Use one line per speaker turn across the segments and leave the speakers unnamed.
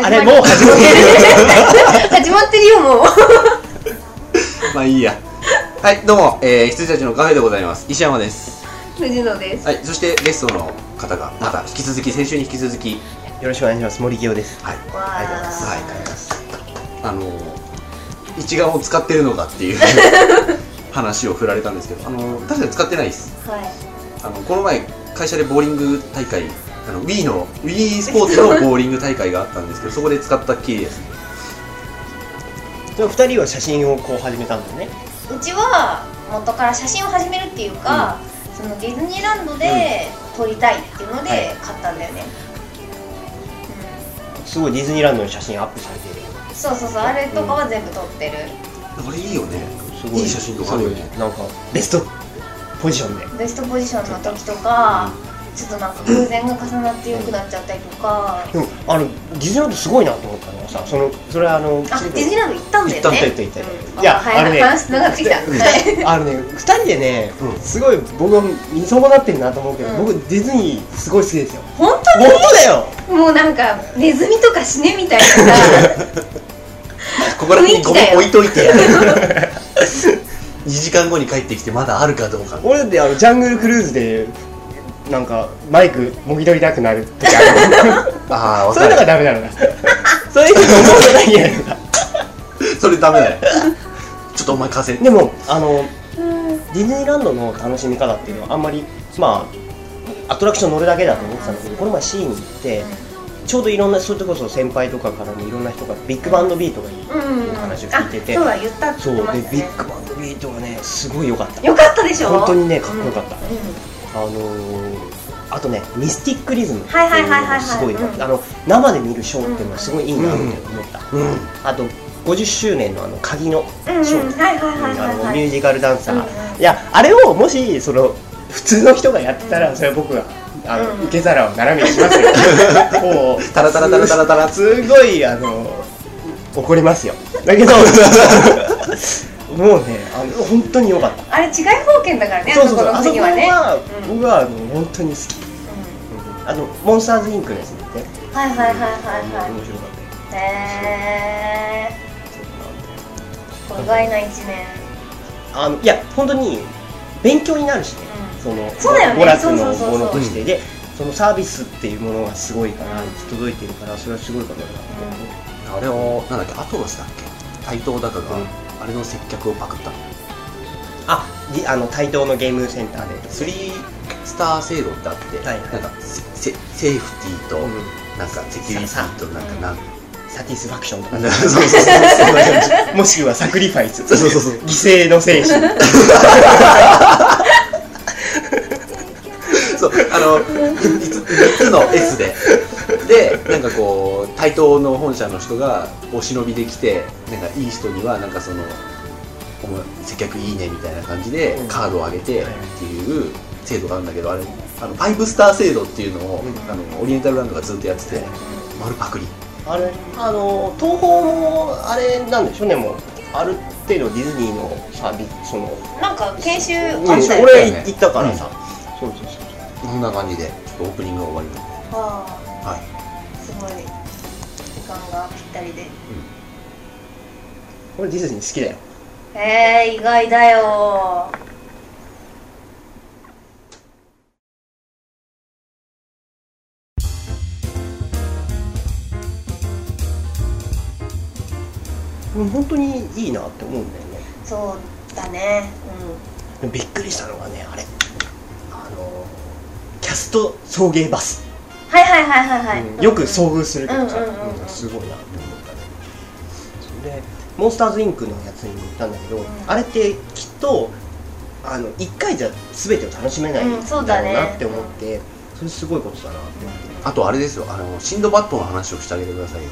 あれもう始まって
る始まってるよもう
まあいいやはいどうも、えー、羊たちのカフェでございます石山です
藤野です
はいそしてゲストの方がまた引き続き先週に引き続き
よろしくお願いします。森清です。
はい
わ
ありがとうございます。
はい
ありがとうございます。
あのー一眼を使ってるのかっていう 話を振られたんですけどあのー確かに使ってないです
はい
あのこの前会社でボーリング大会あの Wii の Wii スポーツのボーリング大会があったんですけどそこで使ったっきりです
でも二人は写真をこう始めたんだよね。
うちは元から写真を始めるっていうか、そのディズニーランドで撮りたいっていうので
はい
買ったんだよね、
すごいディズニーランドの写真アップされてる。
うん、そうそうそうあれとかは全部撮ってる、
あれいいよね
すご
いい写真とかあるよね
すごいなんかベストポジションで。
ベストポジションの時とかちょっとなんか偶然が重なって良くなっちゃったりとか、
でもあのディズニーランドすごいなと思ったのはさ、そのそれはあの
あディズニーランド行ったんだよね
行った行った行った行った
うん
いや
あはい、
あれね
話つながってきたはい
あのね、二人でね、
うん
すごい僕は見損なってるなと思うけど、
うん
僕ディズニーすごい好きですよ。
本
本当だよ。
当もうなんかネズミとか死ねみたいな さ
ここら辺にゴ
雰囲気
ミ
だよ
置いといて 2時間後に帰ってきてまだあるかどうか
俺だってあのジャングルクルーズでなんかマイクもぎ取りたくなる時ある。
ああ分
そういうの
か
が
る
ダメな のか。それ以外の思うことないんじゃないのか。
それダメだよちょっとお前貸せ
でもあの
うん
ディズニーランドの楽しみ方っていうのはあんまりまあアトラクション乗るだけだと思ってたんだけどこの前シーに行ってちょうどいろんなそれこそ先輩とかからもいろんな人がビッグバンドビートがいいっていう話を聞いてて、
あそうだ言ったって
そ
言
う
ってま
で
した
ビ
ね
ッグバンドビートがねすごい良かった
よかったでしょ
本当にねかっこよかった
うんうん
あのーあとねミスティックリズムって
はいはいいうはい
の
はいはい
がすごい良かった
うん
あの生で見るショーっていうのはすごいいいなって思った、
うん
あと50周年のあの鍵の
うんうん
ショー、
はいはいはい
あ
はい
の
は
ミュ
い
ージカルダンサー、
うんうん
いやあれをもしその普通の人がやってたら、それは僕があの、
うん
受け皿を斜めにしま すよもう
タラタラタラタラタラ
すごいあの怒りますよ だけどもうねあの本当に良かった
あれ違い方権だからねあ
そう
そ
そ
こ
うそ
の
うあそ
次
こ
はね
は
うん
僕はあの本当に好き、あのモンスターズインクですね
うんはいはいはいはいは
面白かったよ
いへえー、意外な一面
あのいや本当に勉強になるしね、
うん
その
そうだよね
娯楽
そうそ
の
うそうそう
ものとしてでそのサービスっていうものがすごいから行き届いてるからそれはすごいことだなと思う
あれをなんだっけアトロスだっけ対等だかが、
うん
あれの接客をパクったの
あぎあの対等のゲームセンターで
スリースター制度ってあって、
はいはい
なんかセセセーフティーと、
うん
なんかセキュリティとなんかなん
サティスファクションとか
なんだそうそう そうそう
もしくはサクリファイス
そうそうそうそう
犠牲の精神
そうあの3つつの S ででなんかこう対等の本社の人がお忍びで来てなんかいい人にはなんかその「お前接客いいね」みたいな感じで
うん
カードをあげてっていう制度があるんだけどあれあのファイブスター制度っていうのを、
うん
あのオリエンタルランドがずっとやってて
は
丸パクリ
あれあの東宝もあれなんでしょうねもうある程度ディズニーのサービスその
なんか研修
うん
あったよね
れ
俺行ったからさ、そうそうそう
こんな感じでちょっとオープニングが終わります
は
はい
あすごい時間がぴったりで
俺ディズニー好きだよ
えー、意外だよ
うん本当にいいなって思うんだよね
そうだね
でもびっくりしたのがねあれあのキャスト送迎バス、
うんはいはいはいはいはい、
うんよく遭遇するけどさ、
うんうんうんうん
すごいなって思ったねそれで「モンスターズインク」のやつに行ったんだけど、
うん
あれってきっとあの1回じゃ全てを楽しめない
うん
ん
そう
だ
だね
ろうなって思って、それすごいことだなって思って
あとあれですよあのシンドバッドの話をしてあげてくださいよ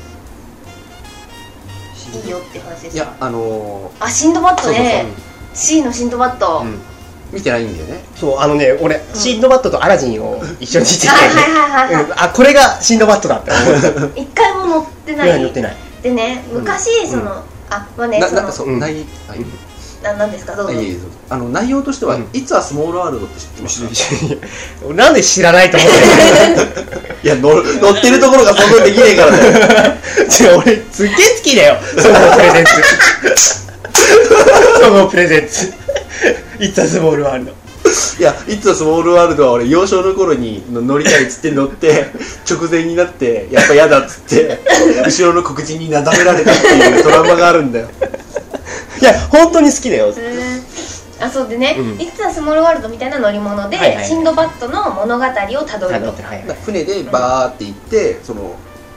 うんいいよって話で
い
す
やあの
あシンドバッ
そ
ド
うそうそう
ね C のシンドバッド、
うん
見てないんだよね
そうあのね俺、
ん
シンドバッドとアラジンを一緒にしてて、
はいはいはいはいはい
うんあこれがシンドバッドだっ て思っ
一回も乗って
た
な
ぐらい
い
乗ってない
でね昔、
うん
その、あまあね
な
そ
なん
の
かそう
うん
ないはい
ななんですかどうぞ
いえいえあの内容としては、
うん
いつはスモールワールドって知ってますか
なんで知らないと思って
いや乗る乗ってるところが想像できねえからね
るじゃあ俺すっげえ好きだよそのプレゼンツそのプレゼンツイッツ・ア・スモール・ワールド
いやいつはスモールワールドは俺幼少の頃にの乗りたいっつって乗って直前になってやっぱ嫌だっつ って後ろの黒人になだめられたっていうトラウマがあるんだよ
いや本当に好きだよ
うーんあそうでね、
うん
いつはスモールワールドみたいな乗り物で、
はいはいはい
シンドバッドの物語をたどる
だってはいはい
船でバーって行ってその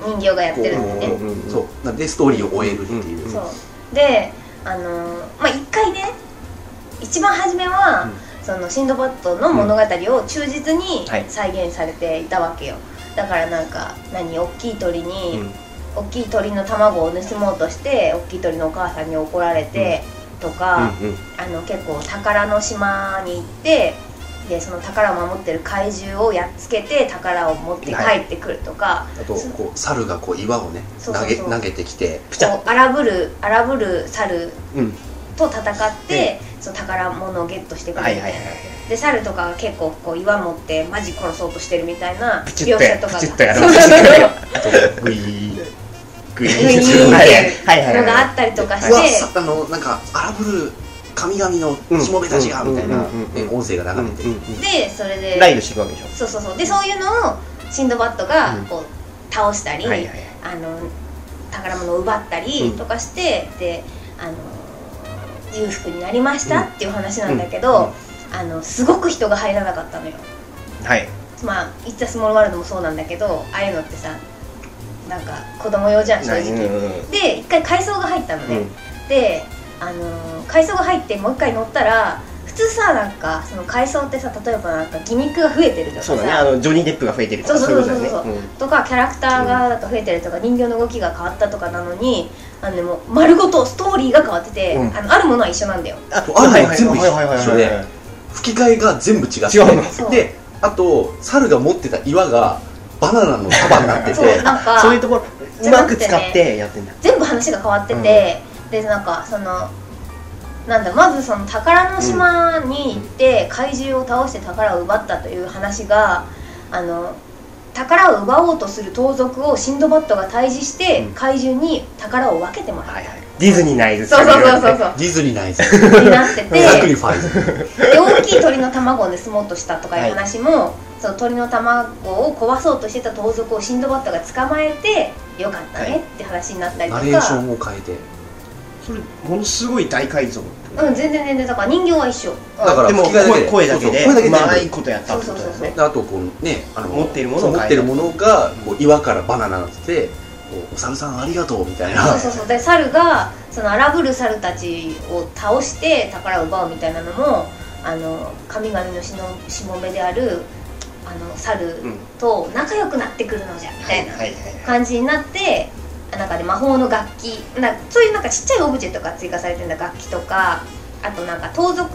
人形がやってるんでね
こう、
うんうん
そうなんでストーリーを終えるっていう、
うん
そうであのーまあ一回ね一番初めは、そのシンドバッドの物語を忠実に
はい
再現されていたわけよ、だからなんか何大きい鳥
う
に、
ん
大きい鳥の卵を盗もうとして大きい鳥のお母さんに怒られて、とか、
うんうん
あの結構宝の島に行ってでその宝を守ってる怪獣をやっつけて宝を持って帰ってくるとか、
あとこう猿がこう岩をね
そうそう
投
そう
げ投げてきて
プチャ
こう荒ぶる荒ぶる猿
うん
と戦って、
え
その宝物をゲットしてくるみ
は
たい
い
な、
はいはい
で猿とかが結構こう岩持ってマジ殺そうとしてるみたいな
プチ
描
ッと
写
や
と
プ
か
チッとや
が
ろうプチッとやろう
あとグイーン
グイーン
グイーンっていう
はいはいはいはい
のがあったりとか
うわ
して
さあのなんか荒ぶる神々のしもべたちが
うん
みたいな
うんうん
ね音声が流れて、
うんうんうん
でそれで
ライドしていくわけでしょ
そうそうそうでそういうのをシンドバッドが
うん
こう、倒したり、
はいはいはい
あの宝物を奪ったりとかして、であの裕福になりましたっていう話なんだけど、
うんうん
あのすごく人が入らなかったのよ
はい
まあ「いったスモールワールド」もそうなんだけどああいうのってさなんか子供用じゃん正直、
う
で一回階層が入ったのね、
ん
で、あのー階層が入ってもう一回乗ったら普通さなんかその階層ってさ例えばなんかギミックが増えてるとか
そうだねあ
さ
のジョニー・デップが増えてるとか
そうそうそう
い
そう
ことだよね
とかキャラクターがなんか増えてるとか人形の動きが変わったとかなのにあのねもう丸ごとストーリーが変わってて、
うん
あのあるものは一緒なんだよ
あ
そうあるの
はいはい
全部一緒
はいはいはいはい
一緒で吹き替えが全部違って
違うの
そう
であと猿が持ってた岩がバナナの束になって
そう
て
なんか
そういうところ
じ
う
ゃな
ま
く
く
てね
使ってやってんだ
全部話が変わってて、でなんかそのなんだまずその宝の島に行って怪獣を倒して宝を奪ったという話があの宝を奪おうとする盗賊をシンドバッドが退治して
うん
怪獣に宝を分けてもらう、
はいはいディズニーナイズ
そうそうそうそう そ
う
ディズニーないです
うになってて
サクリファイズ
で大きい鳥の卵を盗もうとしたとかいう話も、その鳥の卵を壊そうとしてた盗賊をシンドバッドが捕まえてよかったねって話になったりと
ナ
か、
レーションを変えて
それものすごい大改造
うん全然全然だから人形は一緒
だから
でも
吹き替えだ
声
けで
声だけ
そう
で
そう声だけで
うまいことやったってことだよ
そうそうそう
ね
であとこうねあの
持っているものを
そう持ってるものがこう岩からバナナになっててこうお猿さんありがとうみたい
そう
な
そうそうで猿がその荒ぶる猿たちを倒して宝を奪うみたいなのもあの神々のしのしもべであるあの猿
うん
と仲良くなってくるのじゃみたいな
はいはい
感じになってなんかね魔法の楽器なそういうなんかちっちゃいオブジェとか追加されてるんだ楽器とかあとなんか盗賊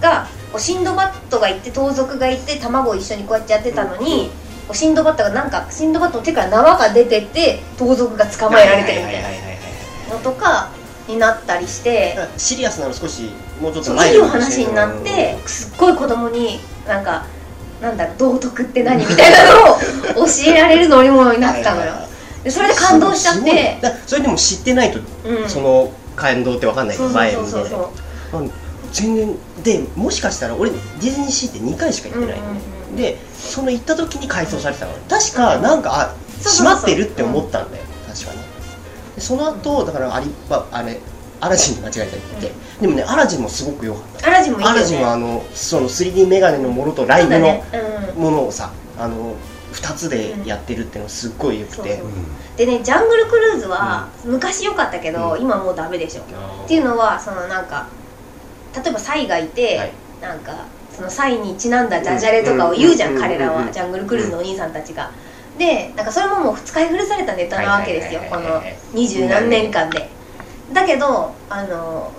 がこうシンドバッドがいて盗賊がいて卵を一緒にこうやってやってたのに、こうシンドバッドがなんかシンドバッドの手から縄が出てって盗賊が捕まえられてるみたい
はいはいはいはい
なのとかになったりして
だ。からシリアスなの少しもうちょっ
そ
と
う
ライ
いい
ト
お話になってすっごい子供になんかなんだ道徳って何みたいなのを教えられる乗り物になったのよ
はいはいはい
でそれで感動しちゃっ
すごい
て
だそれでも知ってないと
うん
その感動ってわかんない
そう
前
そ
を
う
見
そ
て
う
ない
そ
全然でもしかしたら俺ディズニーシーって2回しか行
うう
っ
んう
て
ん
ないのね、
うん
でその行った時に改装されてたの確かなんかあ
そうそ
閉
うそう
まってるって思ったんだよ確かにでその後だからアリバあれアラジンに間違えたって、でもねアラジンもすごく良かった
アラジンもいいよ
ア
ね
ラジンはあのその 3D メガネのものとライブの
そうだねうん
ものをさあの2つでやってるっていうのがすっごい良くて、
うん
うん
でねジャングルクルーズは昔良かったけど
うん
今もうダメでしょっ
あー
ていうのはそのなんか例えばサイがいて、
はい
なんかそのサイにちなんだダジャレとかを言うじゃん、
うん
彼ら
うんうん
は
うん
ジャングルクルーズのお兄さんたちが。でなんかそれももう使い古されたネタなわけですよ
はい
こ
はいはいは
の
い
二十何年間で。だけどあの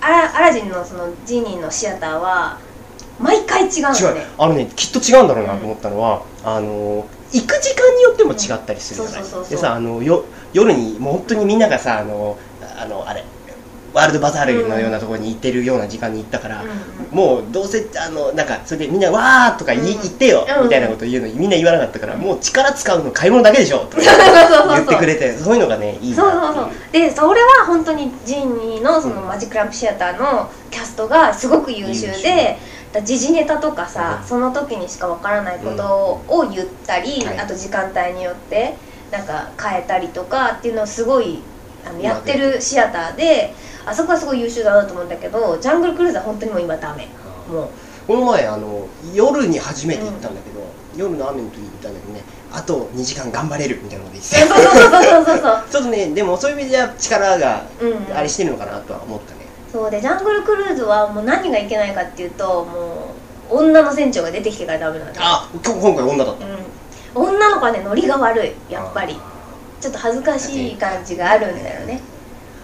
アラアラジンのそのジーニーのシアターは毎回違うの
違う
ね。
あのねきっと違うんだろうなと思ったのは、あの行く時間によっても違ったりするじゃない、
うんそうそうそうそう
でさあのよ夜にもう本当にみんながさあのあのあれワールドバザールのようなところに行ってるような時間に行ったから、もうどうせあのなんかそれでみんな「わー」とか言,、
うん
言ってよ
うん
みたいなこと言うのにみんな言わなかったからもう力使うの買い物だけでしょとか言ってくれてそういうのがねいいな
そうそうそうでそれは本当にジーニーのそのマジックランプシアターのキャストがすごく優秀
優秀
でだ時事ネタとかさ、
うん
その時にしかわからないことを言ったり、
はい
あと時間帯によってなんか変えたりとかっていうのをすごいあのやってるシアターであそこはすごい優秀だなと思うんだけどジャングルクルーズは本当にもう今ダメ もう
この前あの夜に初めて行ったんだけど、夜の雨の時に行ったんだけどねあと2時間頑張れるみたいなこと言って
そうそうそうそうそう
ちょっとねでもそういう意味では力が
そう、うんうん、
あれしてるのかなとは思ったね、
そうでジャングルクルーズはもう何がいけないかっていうともう女の船長が出てきてからダメなんだ
あ今日今回女だった
うん、女の子はねノリが悪いやっぱりちょっと恥ずかしい感じがあるんだよね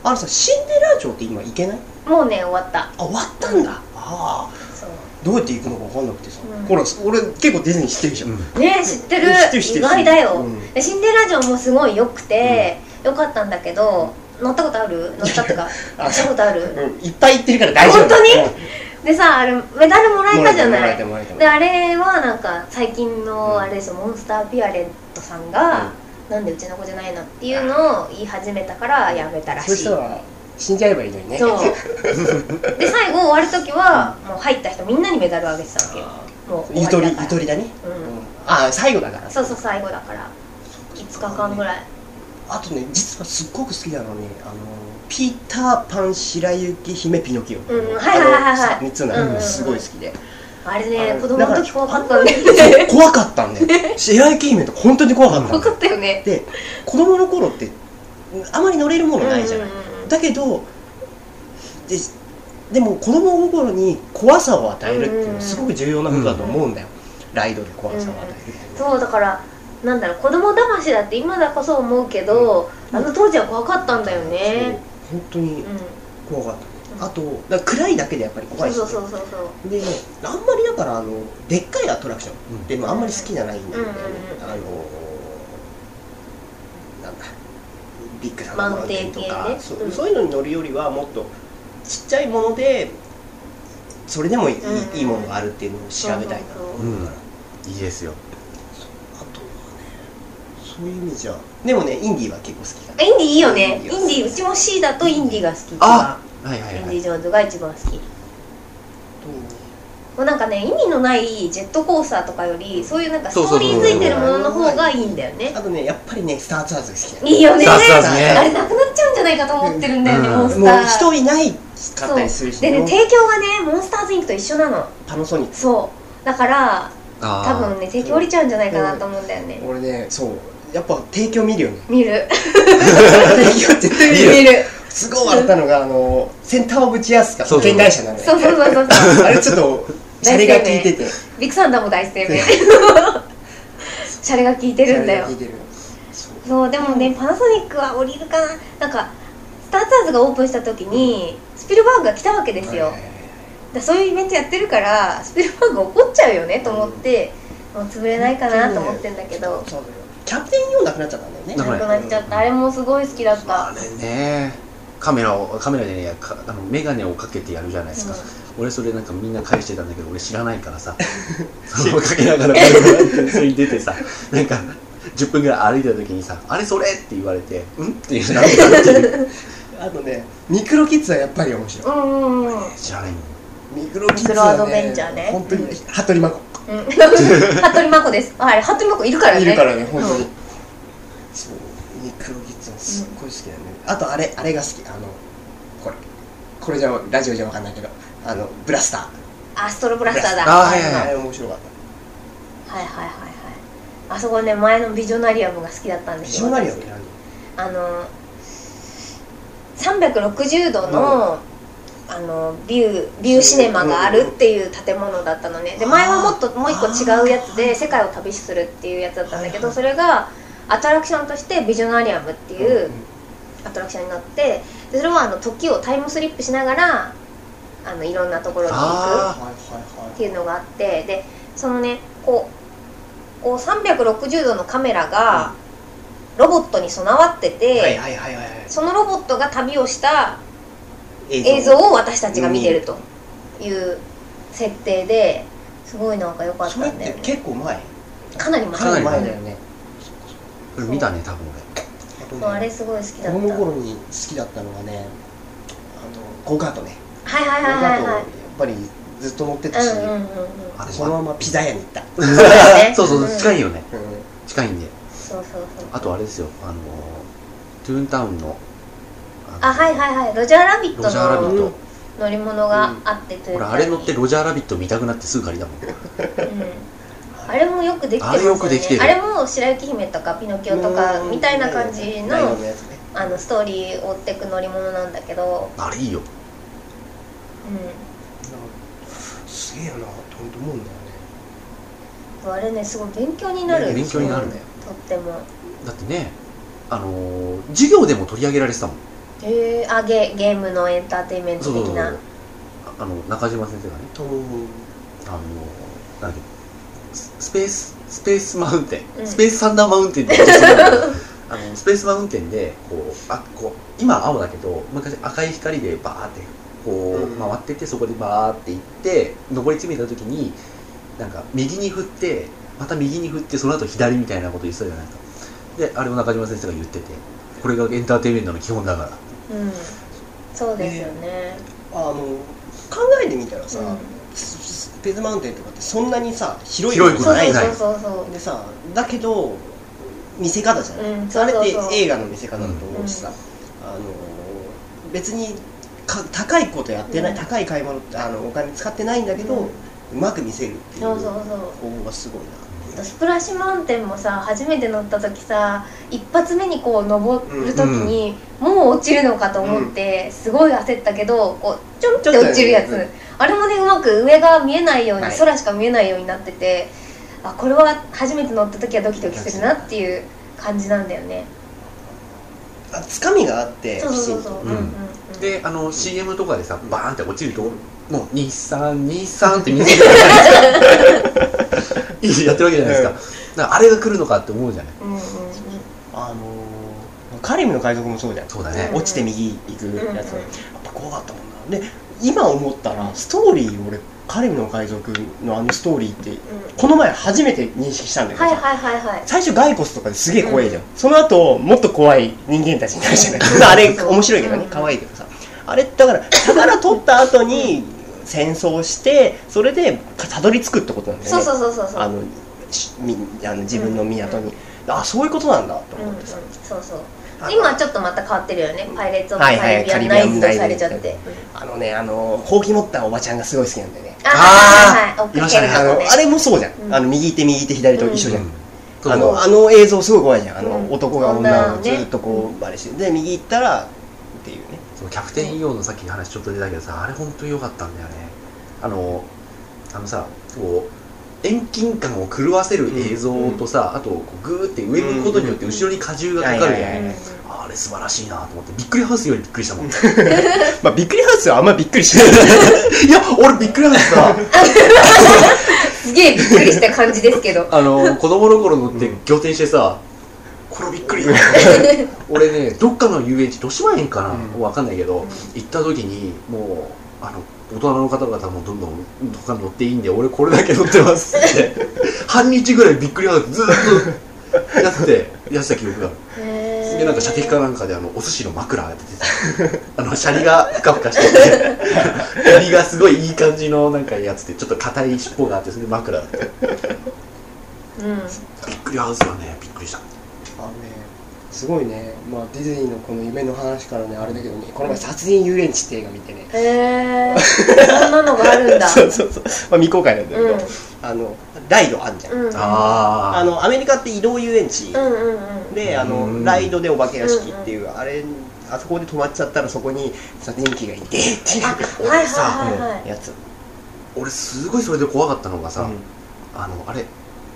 あのさシンデレラ城って今行けない
もうね終わった
あ終わったんだああ
そう
どうやって行くのか分かんなくてさ、
うん
ほら俺結構ディズニー知ってるじゃん、
うん
ねえ知ってる
知ってる知って
意
る
外だよ、
うん
でシンデレラ城もすごい良くて、良かったんだけど乗ったことある乗ったとか乗ったことある
うんいっぱい行ってるから大丈
本
夫
当に
うん
でさあれメダルもらえたじゃ
も
な
らえ
い
たもらえたも
で
らえ
あれはなんか最近
うん
のあれですよ、モンスターピアレットさんが、なんでうちの子じゃないのっていうのを言い始めたからやめた
た
らし
そ
い
したら死んじゃえばいいのにね
そう で最後終わる時はもう入った人みんなにメダルをあげてたわけよ
あ
もう
ーゆと
終わ
りゆ
りだ
と
か
りだね、
ら
う
うん
んああ最後だから
そうそう最後だから5日間ぐらい
あとね実はすっごく好きなのにあのピーターパン白雪姫ピノキオ、
んはいはいはいはい
3つな
うんうんう
の
ん
すごい好きで、
あれ
あ
ね
の
子供の時怖かったんだよ
そう
ね
怖かったんだよ白雪姫とか本当に怖かっ た
怖
の
かったよね
で子供の頃ってあまり乗れるものないじゃない、
うんうんうん
だけどででも子供心に怖さを与えるっていうのはすごく重要なことだと思うんだよ、ライドで怖さを与えるっていうのは
そうだからなんだろう子供騙しだって今だこそ思うけど、あの当時は怖かったんだよね
そう本当に
うん
怖かった、あとだから暗いだけでやっぱり怖いし
そうそうそうそうそう
であんまりだからあのでっかいアトラクション、
うん
でもあんまり好きじゃないんだよね、
うん
あのなんだビッグなマウンテンと
マウン
か
テン系ね
そう,、
うん
そういうのに乗るよりはもっとちっちゃいものでそれでもいい,、
うん
いいものがあるっていうのを調べ
そうそ
たいな
う
そううんいいですよ
あとはねそういう意味じゃでもねインディーは結構好きだね
インディいいよね
イ
イ
ン
ン
デ
ディ
ィ
うちも C だとインディが好き
あはいは
イ
い
ン
は
デ
い
ィ・ジョーンズが一番好き
あと
もうなんかね意味のないジェットコースターとかよりそういうなんかス
そ
ト
うそ
ー
うそう
リー付いてるものの方がいいんだよね
あとねやっぱりねスターツアーズが好きだね
いいよね
さすがです
あれ
ね
なくなっちゃうんじゃないかと思ってるんだよね、
うん
モン
も
ス
う
ター
人いないかったりするし、
でね提供がねモンスターズインクと一緒なの
パナソニック
そうだから多
あ
分ね提供降りちゃうんじゃないかなと思うんだよね、
俺ねそうやっぱ提供見るよ ね
見る
提供絶対見るよ
見る
すごい笑ったのがあのセンターオブチアスカ
そう
保
そう
険会社なのね
そうそうそうそうそう
あれちょ っとシャレが効いてて
ビッグサンダーも大生命シャレが効いて
シ
る
ャ
んだ
レ
よ
が効いてるそう
そうでもねパナソニックは降りるかななんかスターツアーズがオープンした時にスピルバーグが来たわけですよ、
はいはいはい
だそういうイベントやってるからスピルバーグ怒っちゃうよねと思って、もう潰れないかなと思ってんだけど
そうだよキャプテン用なくなっちゃったんだよね
な
な
く
く
な
なっちゃったあれもすごい好きだっ
ああ
た
れねカメラをカメラでねえやかあの眼鏡をかけてやるじゃないですか、俺それなんかみんな返してたんだけど俺知らない からさそのかけながらバイクバイクそれに出てさなんか10分ぐらい歩いてた時にさ「あれそれ?」って言われて「ん?」って言うなって いう
あとねミクロキッズはやっぱり面白
う
い
んうんうんうん
知らないの
ミクロキッズ
ミクロア
は
ドベ
ね
ンチャーね
本当に
うん
服部真子
服部真子ですあれ服部真子いるからね
いるからね本当
う
に、
ん
そうミクロギッツはすっごい好きだよね、あとあれあれが好きあのこれこれじゃラジオじゃわかんないけどあのブラスター
アストロブラスターだ
あはいはいはい
あれ面白かった
はいはいはいはいあそこね前のビジョナリアムが好きだったんで
ビ
す
ジ
よ
ョナリアムって何
あの360度の,、あのビュービューシネマがあるっていう建物だったのねで前はもっともう一個違うやつで世界を旅するっていうやつだったんだけどそれがアトラクションとしてビジョナリアムっていうアトラクションになってでそれはあの時をタイムスリップしながらあのいろんなところに行く
あ
はいはいは
っ
い
ていうのがあってでそのねこうこう360度のカメラがロボットに備わってて、
はいはいはいはいはい
そのロボットが旅をした映像を私たちが見てるという設定ですごいなんか良かっ
それ
た
っ
んだ
て
よね
結構前
かなり
か
か
な
な
り
り前
前だ
だ
よ
よね
これ見たね多分
そうあれすごい好きだった
子供の
はい
頃に好きだったのがねあのゴーカートね
はい
ゴー
はい
カ
は
ー
い
ト
は
や
い
っぱりずっと乗ってたし、
うんうんうんうん
俺あれ
そのままピザ屋に行った、うん
そうだね
そうそうそう近
ん
いよね近いんで
そうそうそう
あとあれですよあのトゥーンタウンのの
あはいはいはいロジャーラビッ
ロジャーラビ
ト
ッ
の
ト、
乗り物があってという
俺
か
あれ乗ってロジャーラビット見たくなってすぐ借りたもん
うんあれもよくできてますよ
あれよくできて
ね
る
あれも白雪姫とかピノキオとかみたいな感じ
ライオン
の
のやつね
あのストーリーを追ってく乗り物なんだけど
あれいいよ
う
すげえなと思うんだよ
んあ
ね
れねすごい勉強になる
勉強になるね
とっても
だってねあのー授業でも取り上げられてたもん
へえあゲゲームのエンターテインメン
そ
ト
うそう
的
そ
な
うああの中島先生がね
と
あのーなんだっけススペーススペースマウンテン、
うん
スペースサンダーマウンテンって言ってたんだけど あのスペースマウンテンでこうあこう今青だけど昔赤い光でバーってこう
うん
回ってってそこでバーって行って上り詰めた時になんか右に振ってまた右に振ってその後左みたいなこと言ってたじゃないですかであれを中島先生が言っててこれがエンターテインメントの基本だから
うんそうですよね
あの考えてみたらさ、
う
ススペースマウンテンとかってそんなにさ広い
広い
ん
こ
ことと
そう
ないじゃ
そ
な
う
い
そうそう
でさだけど見せ方じゃない、
うんそうそうそう
あれって映画の見せ方だと思うしさ、あの別にか高いことやってない、
うん
高い買い物あのお金使ってないんだけど、
うん
うまく見せるっていう
そう
方
そう
法がすごい
そうスプラッシュマウンテンもさ初めて乗った時さ一発目にこう登る時に、もう落ちるのかと思って、すごい焦ったけどこうちょんって落ちるやつ、
ちょっとね
あれもねうまく上が見えないように、
はい
空しか見えないようになっててあこれは初めて乗った時はドキドキするなっていう感じなんだよね
なあつかみがあって
そうそうそうそう
きちんと
うんうんうん
であの CM とかでさバーンって落ちるともう2323って見せてるじ ゃないですかやってるわけじゃないですかだからあれが来るのかって思うじゃない
うんうんうん
あのカリムの海賊もそうじゃん
そうだね
落ちて右行く
うんうん
やつ、やっぱ怖かったもんなで今思ったらストーリー俺カリムの海賊のあのストーリーってこの前初めて認識したんだけど
はい
さ
はいはいはい
最初骸骨とかですげえ怖いじゃん、その後もっと怖い人間たちになるじゃないまああれ面白いけどね
うん
可愛いけどさあれだから宝取った後に戦争してそれでたどり着くってことなんだよね
そうそうそうそうそう
あのしみあの自分の港に、あそういうことなんだと
うん
思
う
っ
ん
てさ、
そうそう
あの
今ちょっとまた変わってるよねパイレーツ・オブ・カ
はいは
リ
い
ビアンナ
カ
イ
リビア
ズ
ン
と
ナイズ
されちゃって
あのねあのほうき持ったおばちゃんがすごい好きなんだよね
ああはいはい追っ
いま
かけ
した
る
ね
と
あ
か
の
ね
あれもそうじゃん、
うん
あの右手右手左と一緒じゃん、
そう
あ
そう
のあの映像すごい怖いじゃんあの、
うん
男が
女
女
を
を
ね
ずっとこうバレしてで右行ったらっていうね
そうキャプテンイオンのさっき話ちょっと出たけどさあれ本当に良かったんだよねあのあのさこう遠近感を狂わせる映像とさ、あとこうグーって上向くことによって後ろに荷重がかかるじゃ、
うんんはいはいはい
あれ素晴らしいなと思ってびっくりハウスよりびっくりしたも んい
まあびっくりハウスはあんまびっくりし ない
や俺びっくりハウスさ
すげえびっくりした感じですけど
あの子供の頃乗って
うん
仰天してさ、これびっくり俺ねどっかの遊園地豊島園かな、
うん
わかんないけど、
うん
行った時にもうあの大人の方々もどんどん他乗っていいんで俺これだけ乗ってますって半日ぐらいびっくりハウスずーっとやっててやってた記憶があるで
で
なんか射的かなんかであのお寿司の枕が出ててあのシャリがふかふかしてて首がすごいいい感じのなんかやつでちょっと硬い尻尾があってそれで枕だった
うん
びっくりハウスはねびっくりした
あのねすごいね、まあ、ディズニーのこの夢の話からねあれだけどねこの前「殺人遊園地」って映画見てね
へえそんなのがあるんだ
そうそうそう、まあ、未公開なんだけ
う
ど、
ん
あのライドあんじゃん、
うん
あー
あのアメリカって移動遊園地、
うんうんうん
であの、
うん
ライドでお化け屋敷っていう、あれあそこで止まっちゃったらそこに殺人鬼がいてっていう
あはいはいはいはい
やつ、
俺すごいそれで怖かったのがさ、
うん
あのあれ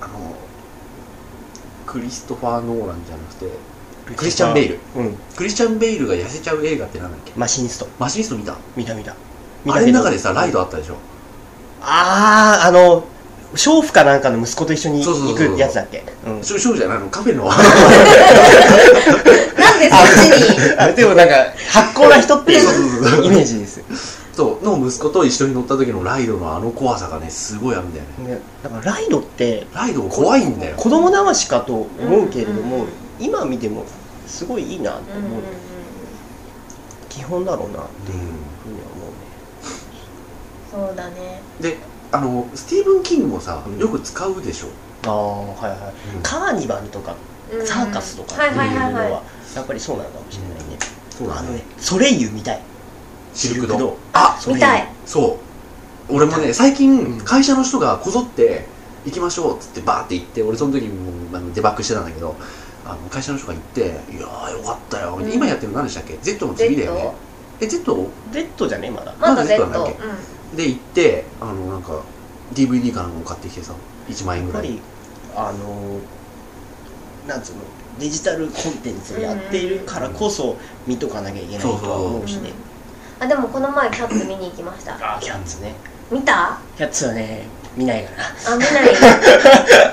あのクリストファー・ノーランじゃなくてクリスチャン・ベイル
うん、
クリスチャン・ベイルが痩せちゃう映画ってなんだっけ
マシニスト
マシニスト見た
見た見た
あれの中でさライ
ド
ドあったでしょ
あああの娼婦かなんかの息子と一緒に
そうそう
行
そうそう
くやつだっけうん
そうそうじゃないのカフェ の
なんでそっち に
あでもなんか発酵な人って
そうそうそう
いうイメージです
そうの息子と一緒に乗った時のライドのあの怖さがねすごいあるんだよね
ねだからライドって
ライド怖いんだよ
子供騙しかと思うけれども、
うん
今見てもすごいいいなと
うんうん
思う、
うん
基本だろうなっていう
う
ふうには思う
そ
ね
うだね
んであのスティーブン・キングもさ
うん
よく使うでしょ、
ああはいはいカーニバルとか
うん
サーカスとかっ
はい
ていう
はい
の
はいはい
はやっぱりそうなのかもしれないね、
そうだ
あの
ね
ねソレイユ見たい
シルクド
シルクド
あ
それ
見たい
そう俺もね最
う
近
ん
会社の人がこぞって行きましょうっつってバーって行って俺その時もうあのデバッグしてたんだけどあの会社の人が行って「いやーよかったよ」
うん
今やってるの何でしたっけ Z の次だよね
Z
え Z?
Z じゃねまだ
まだ
まだ
Z う
Z なんだっけ
ん
で行ってあのなんか DVD かなんかを買ってきてさ1万円
や
ぐ
っぱ
らい
りあのなんつうのデジタルコンテンツをやっているからこそ見とかなきゃいけないとは思うしね、
あでもこの前キャッツ見に行きました
あーキャッツね
見たあ
キャッツはね見ないから
見 ない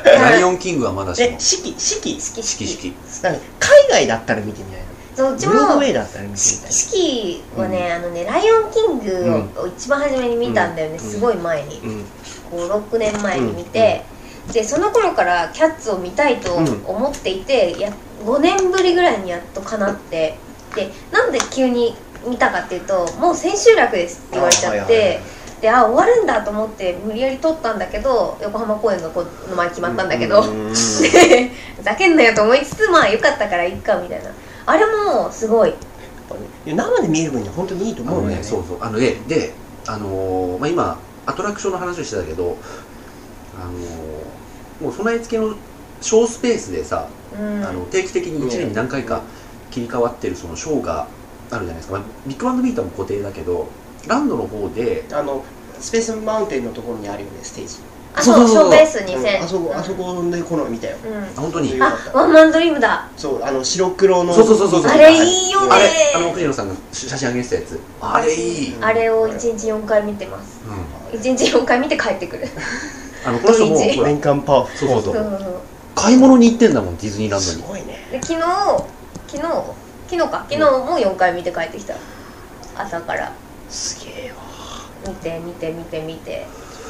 ライオンキングはまだし
え
も
四季四季
四季
式
四季
式
なんか海外だったら見てみたいな
そううち
ブロードウ
も
ェイだったら見てみたい
四季はね、あのね「ライオンキングを」を一番初めに見たんだよね、
ん
すごい前に
うん
56年前に見て、でその頃からキャッツを見たいと思っていて、や5年ぶりぐらいにやっとかなってでなんで急に見たかっていうと「もう千秋楽です」って言われちゃって、
あはいはいはい
であ終わるんだと思って無理やり撮ったんだけど横浜公演がこの前決まったんだけど、
うんうんうん
で ふざけんなよと思いつつまあよかったからいっかみたいなあれもすごい
やっぱねいや生で見える分には本当にいいと
あ
思う
の
んだ
ね
よね
そうそうあのねであのーまあ、今アトラクションの話をしてたけどあのーもう備え付けの小スペースでさ、
うん
あの定期的に1年に何回か切り替わってるそのショーがあるじゃないですか、まあ、ビッグバンドビートも固定だけどランドの方で
あのスペースマウンテンのところにあるよねステージ
あそうシ
そ
ョ
うそうそう
ーベース2000、
うんあそこあそこでこの見たよ
うん、うん
あ本当に
よ
あ
かった
ワンマンドリームだ
そうあの白黒の
そうそうそうそうそう
あれいいよね
あれあの藤野さんが写真上げてたやつあれいい、うん
うん
あれを1日4回見てます1日4回見て帰ってくる
あのこの人も
土日
ほら
年間パワー
そうそ
そ
うそう
そう
う
そう
買い物に行ってんだもんディズニーランド
す
に
ごいね
で昨日昨日昨日か昨日も4回見て帰ってきた朝から
すげえわ
見て見て見て見て、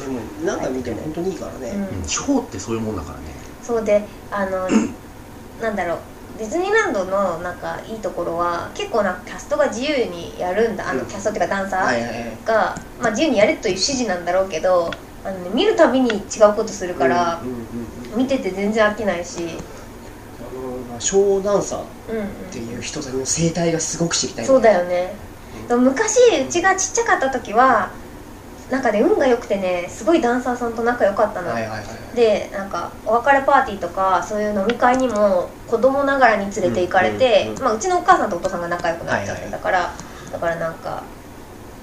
でも何回見ても本当にいいからね、
うん
うんショーってそういうもんだからね
そうであの なんだろうディズニーランドのなんかいいところは結構なんかキャストが自由にやるんだあの
うん
キャストっていうかダンサー、
はいはいはい
が、まあ、自由にやれという指示なんだろうけどあの、ね、見るたびに違うことするから
う、んうんうん
見てて全然飽きないし、
うんあのショーダンサーっ
うんうん
ていう人たちの生態がすごく知りたい
そうだよね、でも昔うちがちっちゃかった時はなんかね運が良くてねすごいダンサーさんと仲良かったの、
はいはいはいはい
でなんかお別れパーティーとかそういう飲み会にも子供ながらに連れて行かれて、
うんうんうん
まあ、うちのお母さんとお父さんが仲良くなっちゃっ
はいは
て
い
たから、だからなんか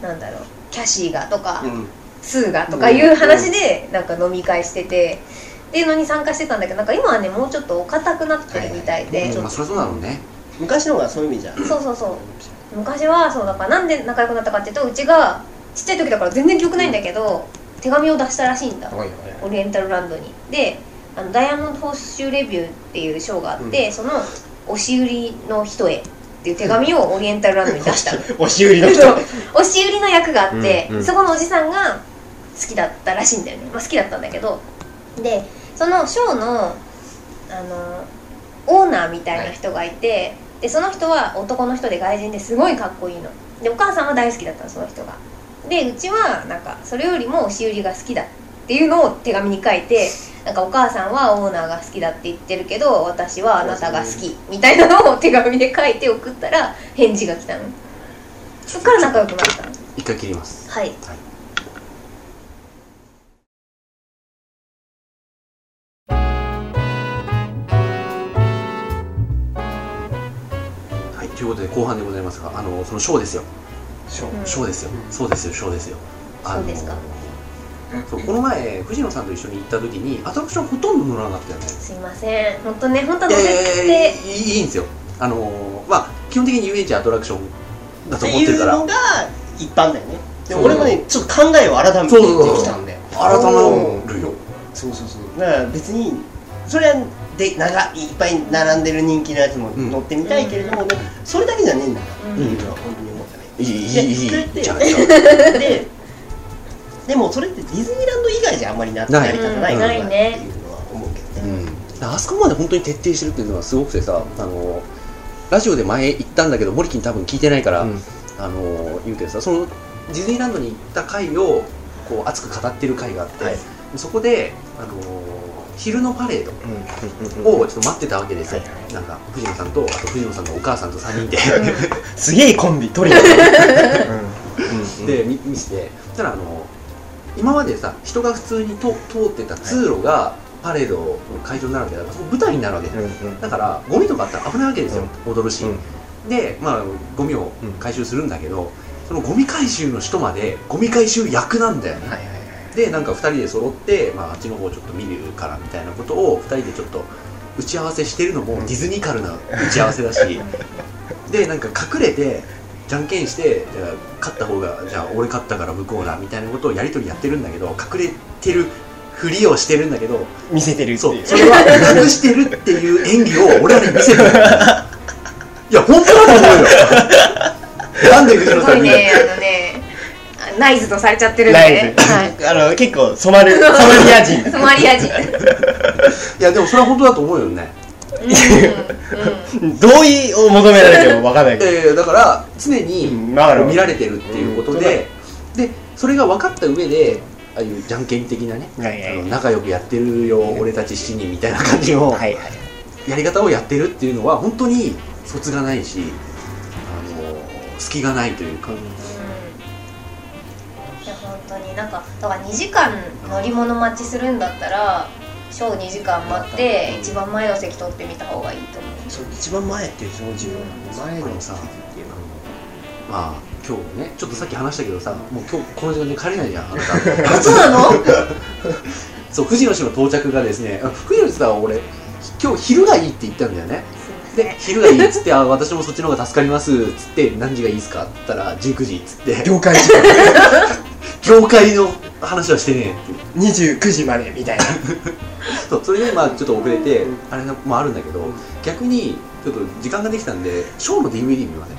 なんだろうキャシーがとか、
うん
2がとかいう話でなんか飲み会しててっていうのに参加してたんだけどなんか今はねもうちょっとお堅くなってるみたいで、
はいはい
まあそりゃそうだろうね
昔の方がそういう意味じゃん
そうそうそう昔はそうだからなんで仲良くなったかっていうとうちがちっちゃい時だから全然記憶ないんだけど、手紙を出したらしいんだ
はいはいはい
オリエンタルランドにであのダイヤモンド報酬レビューっていう賞があって、その押し売りの人へっていう手紙をオリエンタルランドに出 したの
押し売りの人
そう押し売りの役があって、
うんうん
そこのおじさんが好きだったらしいんだよね、まあ、好きだったんだけどでそのショーのあのオーナーみたいな人がいて、でその人は男の人で外人ですごいかっこいいのでお母さんは大好きだったのその人がでうちはなんかそれよりも押し売りが好きだっていうのを手紙に書いてなんかお母さんはオーナーが好きだって言ってるけど私はあなたが好きみたいなのを手紙で書いて送ったら返事が来たのそっから仲良くなったの
一回切ります
はい
はいということで後半でございますがあのそのショーですよ
そう
うん
ショーですよ
うん
そうですよショーですよあの
そうですか
そうこの前藤野さんと一緒に行った時にアトラクションほとんど乗らなかったよね
すいません本当ね本当
い
乗
や
せ
いやいや
て、
いいいいんですよあのまあ基本的に遊園地アトラクションだ
っ
と
て
思って
い
るか
う
ら
のが一般だよねで
そう
俺もねちょっと考えを改めて
そうそうそう
できたんだよ
改めるよそうそうそう
だから別にそれはで長いいっぱい並んでる人気のやつも
うん
乗ってみたいけれども、でもそれだけじゃねえんだなって
うん
いうのは本当に思ったね、
いいいい
で
いいいい
それって
じゃあ
ででもそれってディズニーランド以外じゃあんまりな
ない
成り立たないことだ
うんな
っ
い
て
ね
いうのは思うけどね、
うん、あそこまで本当に徹底してるっていうのはすごくてさあのラジオで前言ったんだけどモリキン多分聞いてないから、あの言うけどさそのディズニーランドに行った回をこう熱く語ってる回があって、
はい
そこで、あの昼のパレードをちょっと待ってたわけですよ、
はいは
なんか藤野さんとあと藤野さんのお母さんと3人で、
すげえコンビ取りに
で見見せてそしたらあの今までさ人が普通にと通ってた通路がパレードの会場になるわけだからそこ舞台になるわけだよだからゴミとかあったら危ないわけですよ、踊るし、でまあゴミを回収するんだけど、そのゴミ回収の人までゴミ回収役なんだよね、
はいはいはい
でなんか2人で揃って、まあ、あっちの方ちょっと見るからみたいなことを2人でちょっと打ち合わせしてるのもディズニカルな打ち合わせだしでなんか隠れてじゃんけんしてじゃあ勝った方がじゃあ俺勝ったから向こうだみたいなことをやり取りやってるんだけど隠れてるふりをしてるんだけど
見せてるって
そ
いうう
それは隠してるっていう演技を俺らに見せるいや本当だと思うよ なんで藤
す
野
ご
さん
い
に
ね、あのね、あナイズとされちゃってるんで
ライ
ね
ブ、。 あの結構 染まるソマリア人
ソマリア人。
いやでもそれは本当だと思うよね
う
同意を求められても分かんないけど
えーだから常に
うんだから
見られてるっていうことで、でそれが分かった上でああいうじゃんけん的なね、
はいはい
あの仲良くやってるよ俺たち7人みたいな感じの
はいはい
やり方をやってるっていうのは本当に卒がないしあの隙がないというか、
んいや本当になんかだから2時間乗り物待ちするんだったらショー2時間待って一番前の席取ってみた方がいいと思う
そう一番前っていうその重要な前のさっていうのは
まあ今日ねちょっとさっき話したけどさもう今日この時間で帰れないじゃんあなた
そうなの
そう藤野氏の到着がですねあ藤野さんは俺今日昼がいいって言ったんだよね
すい
で昼がいいっつって「あ私もそっちの方が助かります」っつって「何時がいいっすか?」って言ったら「19時」っつって
業界時
「業界の話はしてねえ」って
間29時までみたいな
そうそれでまあちょっと遅れて
うん
あれも、まあ、あるんだけど
うん
逆にちょっと時間ができたんでショーの DVD 見ません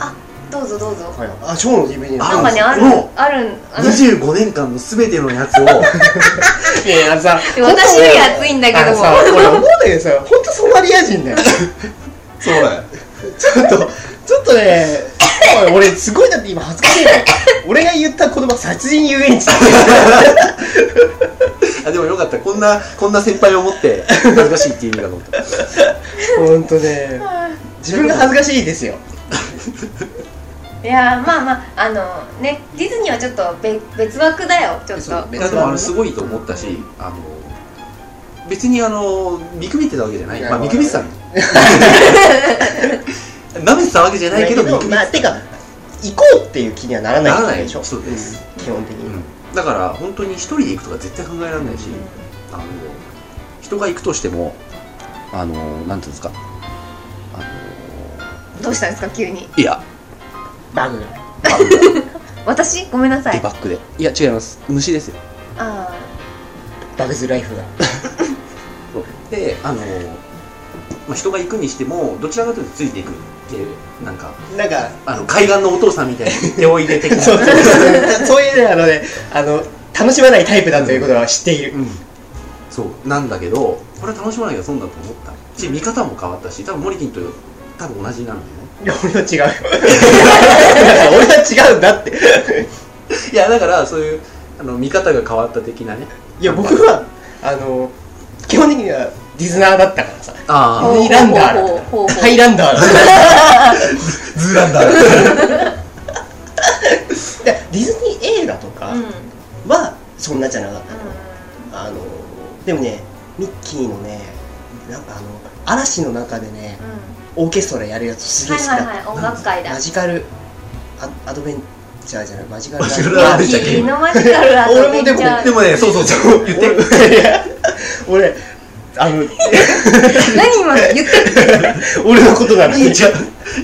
ませんどうぞどうぞ
あショーの DVD
なん
あるん
か
で
ね
す
ある
もう
あるあの
25年間の全てのやつを
いやいやさ
で私より熱いんだけども
あのさ俺思うんだけどさ本当ソマリア人だよ
そうだよ
ちょっとちょっ とねおい俺すごいだって今恥ずかしいな俺が言った言葉殺人遊園地
あでもよかったこんなこんな先輩を持って恥ずかしいっていう意味だと思った
本当ね自分が恥ずかしいですよ
いやーまあまああのねディズニーはちょっと別別枠だよちょっ
そう
と
いやでもあれすごいと思ったしあの別にあの見くびってたわけじゃない
いや
まあ見くびってたの舐めてたわけじゃないけど見くびって
まあ
た
てか行こうっていう気にはならない
な
ってこ
らな
と
い
でしょ
そうです、
基本的
う
に、
ん、だから本当に一人で行くとか絶対考えられないし、あの人が行くとしてもあのなんていうんですかあ
どうしたんですか急に
のいや
バグ
バッグ
私ごめんなさ
だ
い
バックでいや違います虫ですよ
あ
バグズライフが
であの、まあ、人が行くにしてもどちらかというとついていくっていうなんか
なんか
あの海岸のお父さんみたいに手を入れてき
そう
た
そうそうそういうねあのねあの楽しまないタイプだということは知っている、
うん、そうなんだけどこれは楽しまなきゃ損だと思ったし見方も変わったし多分モリキンと多分同じなんだよね
いや俺は違う俺は違うんだって
いやだからそういうあの見方が変わった的なね
いや僕はあの基本的にはディズナーだったからさデ
あ
ィズニーランダーだ
ほ
った
うほうほうほう
からハイランダーだったから
あズーランダー
でディズニー映画とか
あうんうん
はそんなじゃなかった、あのでもねミッキーのねなんかあの嵐の中でね
う
オーケストラやるやつす
ん
げえ
はい
好きだった、
はいはい音楽会だ
マジカルアアドベンチャーじゃないマジカル
マジカルアドベンチャー
ノマジカルアドベンチャー
俺も
でもねそうそうそう言って
俺いや 俺あの
何今の言ってる
俺のことなの
いいじゃん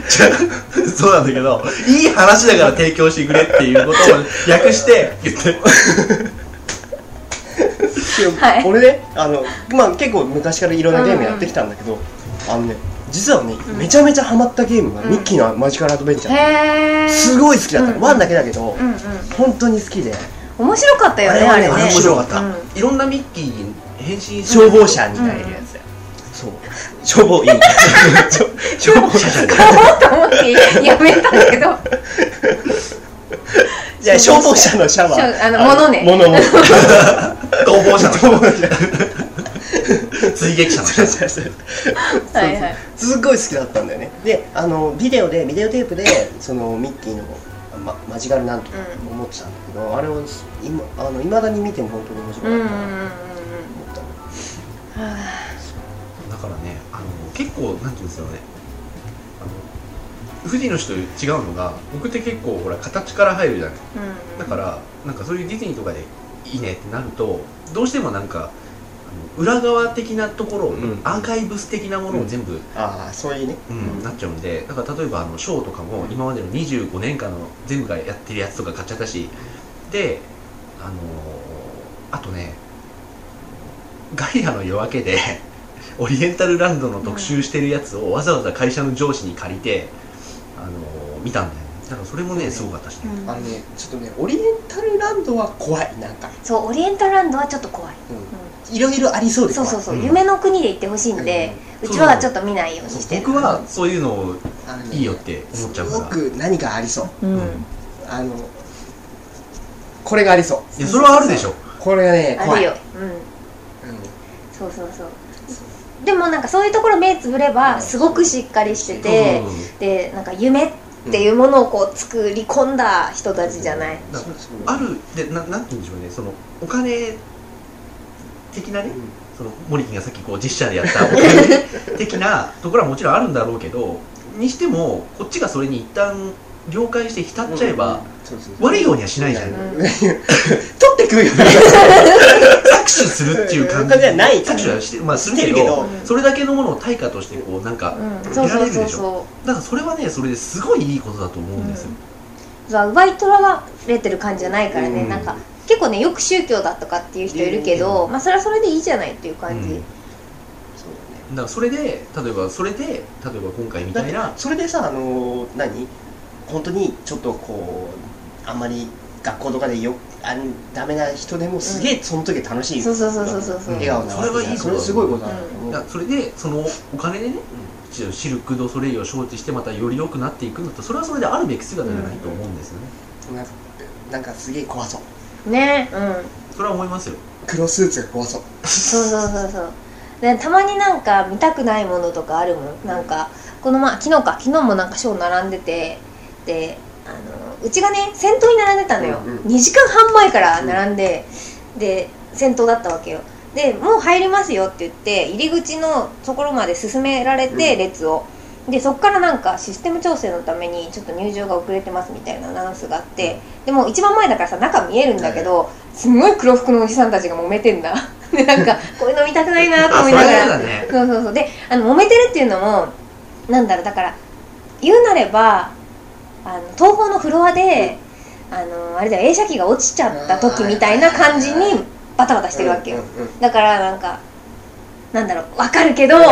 じゃあそうなんだけどいい話だから提供してくれっていうことを略して言って
はい
俺ねあの、まあ、結構昔からいろんなゲームやってきたんだけど、あのね実はね
ん
めちゃめちゃハマったゲームが、
うん
ミッキーのマジカルアドベンチャ
へ
ー、
え
すごい好きだっ
う
たの、
ん
ワンだけだけど、
うんうん
本当に好きで
面白かったよね
あ
あ
れ
れ
はね
ね
面白かった、
うん
いろんなミッキーに変身す
消
る
防車みたいなやつだよ、そう消防員 消防車じゃない
買おうと思ってやめた けど
じゃあ消防車のシャワ
しょ
ー
あの物ね
物物
消防車の
消防車
追撃者の人
そうそう
はいはい
すっごい好きだったんだよねであのビデオでビデオテープでそのミッキーの、ま、マジカルなんとか
うん
思ってたんだけど、あれを今あの未だに見ても本当に面
う
白
んうんう
か
ん
ったなと
う
思ったの、
んは
だからねあの結構なんていうんですかねあの富士の人と違うのが僕って結構ほら形から入るじゃない
あ
だからなんかそういうディズニーとかでいいねってなるとどうしてもなんかあの裏側的なところを、
うん
アーカイブス的なものを全部、
ああそういうね、
うんなっちゃうんでだから例えばあのショーとかも今までの25年間の全部がやってるやつとか買っちゃったしであのーあとね「ガイアの夜明け」で オリエンタルランドの特集してるやつをわざわざ会社の上司に借りて、あのー見たんだよねだからそれもねすごかったしね、
うん
あのねちょっとねオリエンタルランドは怖いなんか、
そうオリエンタルランドはちょっと怖い、
うん、いろいろありそう
うん
で
そう
怖い
そうそう、
うん
夢の国で行ってほしいんで、う
うん
ちはちょっと見ないようにしてる
僕はそういうのを
あのね
いいよって思っちゃ
す
う
ご
から
く何かありそ
う
う
ん、
うん
あのこれがありそう
いやそれはあるでしょ
これがね
あ
怖
る
い
よ、うん、そうそうそうでもなんかそういうところ目つぶればすごくしっかりしてて、
うん
でなんか夢っていうものをこう作り込んだ人たちじゃない、
うん
だ
そうそう
あるでななんて言うんでしょうねそのお金的なね
うん
そのモリキンがさっきこう実写でや ったお金的なところはもちろんあるんだろうけどにしてもこっちがそれに一旦了解して浸っちゃえば、
そうそう
悪いようにはしないじゃん、
うん
搾
ん
取ってくるよね
取するっていう
感
感じ
じじゃない
搾取はして、まあ、する
し
け
てる
ど
けど
うん
それだけのものを対価としてこうなんか、
うん、そうそうそうそ
だからそれはねそれですごいいいことだと思うんですよ、
うそう奪い取られてる感じじゃないからね、
うん
なんか結構ねよく宗教だとかっていう人いるけど、まあそれはそれでいいじゃないっていう感じ、
うんだからそれで例えばそれで例えば今回み
だった
い
て
な
それでさあのー何本当にちょっとこうあんまり学校とかでよあんダメな人でもすげえその時楽しい
そうそうそうそうそうそう、
うん
笑顔なわけじゃん
それはいいこと
それすごいことなんだと
だ
思
からそれでそのお金でね、シルク・ドゥ・ソレイユを招致してまたより良くなっていくんだったらそれはそれであるべき姿じゃないと思うんですよね、
うなんかなんかすげえ怖そう
ねうん
それは思いますよ
黒スーツが怖そう
そうそうそうそうでたまになんか見たくないものとかあるもんなんかこのま昨日か昨日もなんかショー並んでてであのうちがね先頭に並んでたのよ、
うんうん
2時間半前から並んで、で先頭だったわけよでもう入りますよって言って入り口のところまで進められて、
うん
列をでそっからなんかシステム調整のためにちょっと入場が遅れてますみたいなアナウンスがあってでも一番前だからさ中見えるんだけど、すんごい黒服のおじさんたちが揉めてんだで なんかこういうの見たくないなと
あ
思
そ
い
れは
なが
嫌
ら
だね
そうそうそうであの揉めてるっていうのもなんだろうだから言うなればあの東宝のフロアで、あのあれだよ映写機が落ちちゃった時みたいな感じにバタバタしてるわけよ、
うんうん
だからなんかなんだろうわかるけど、
うん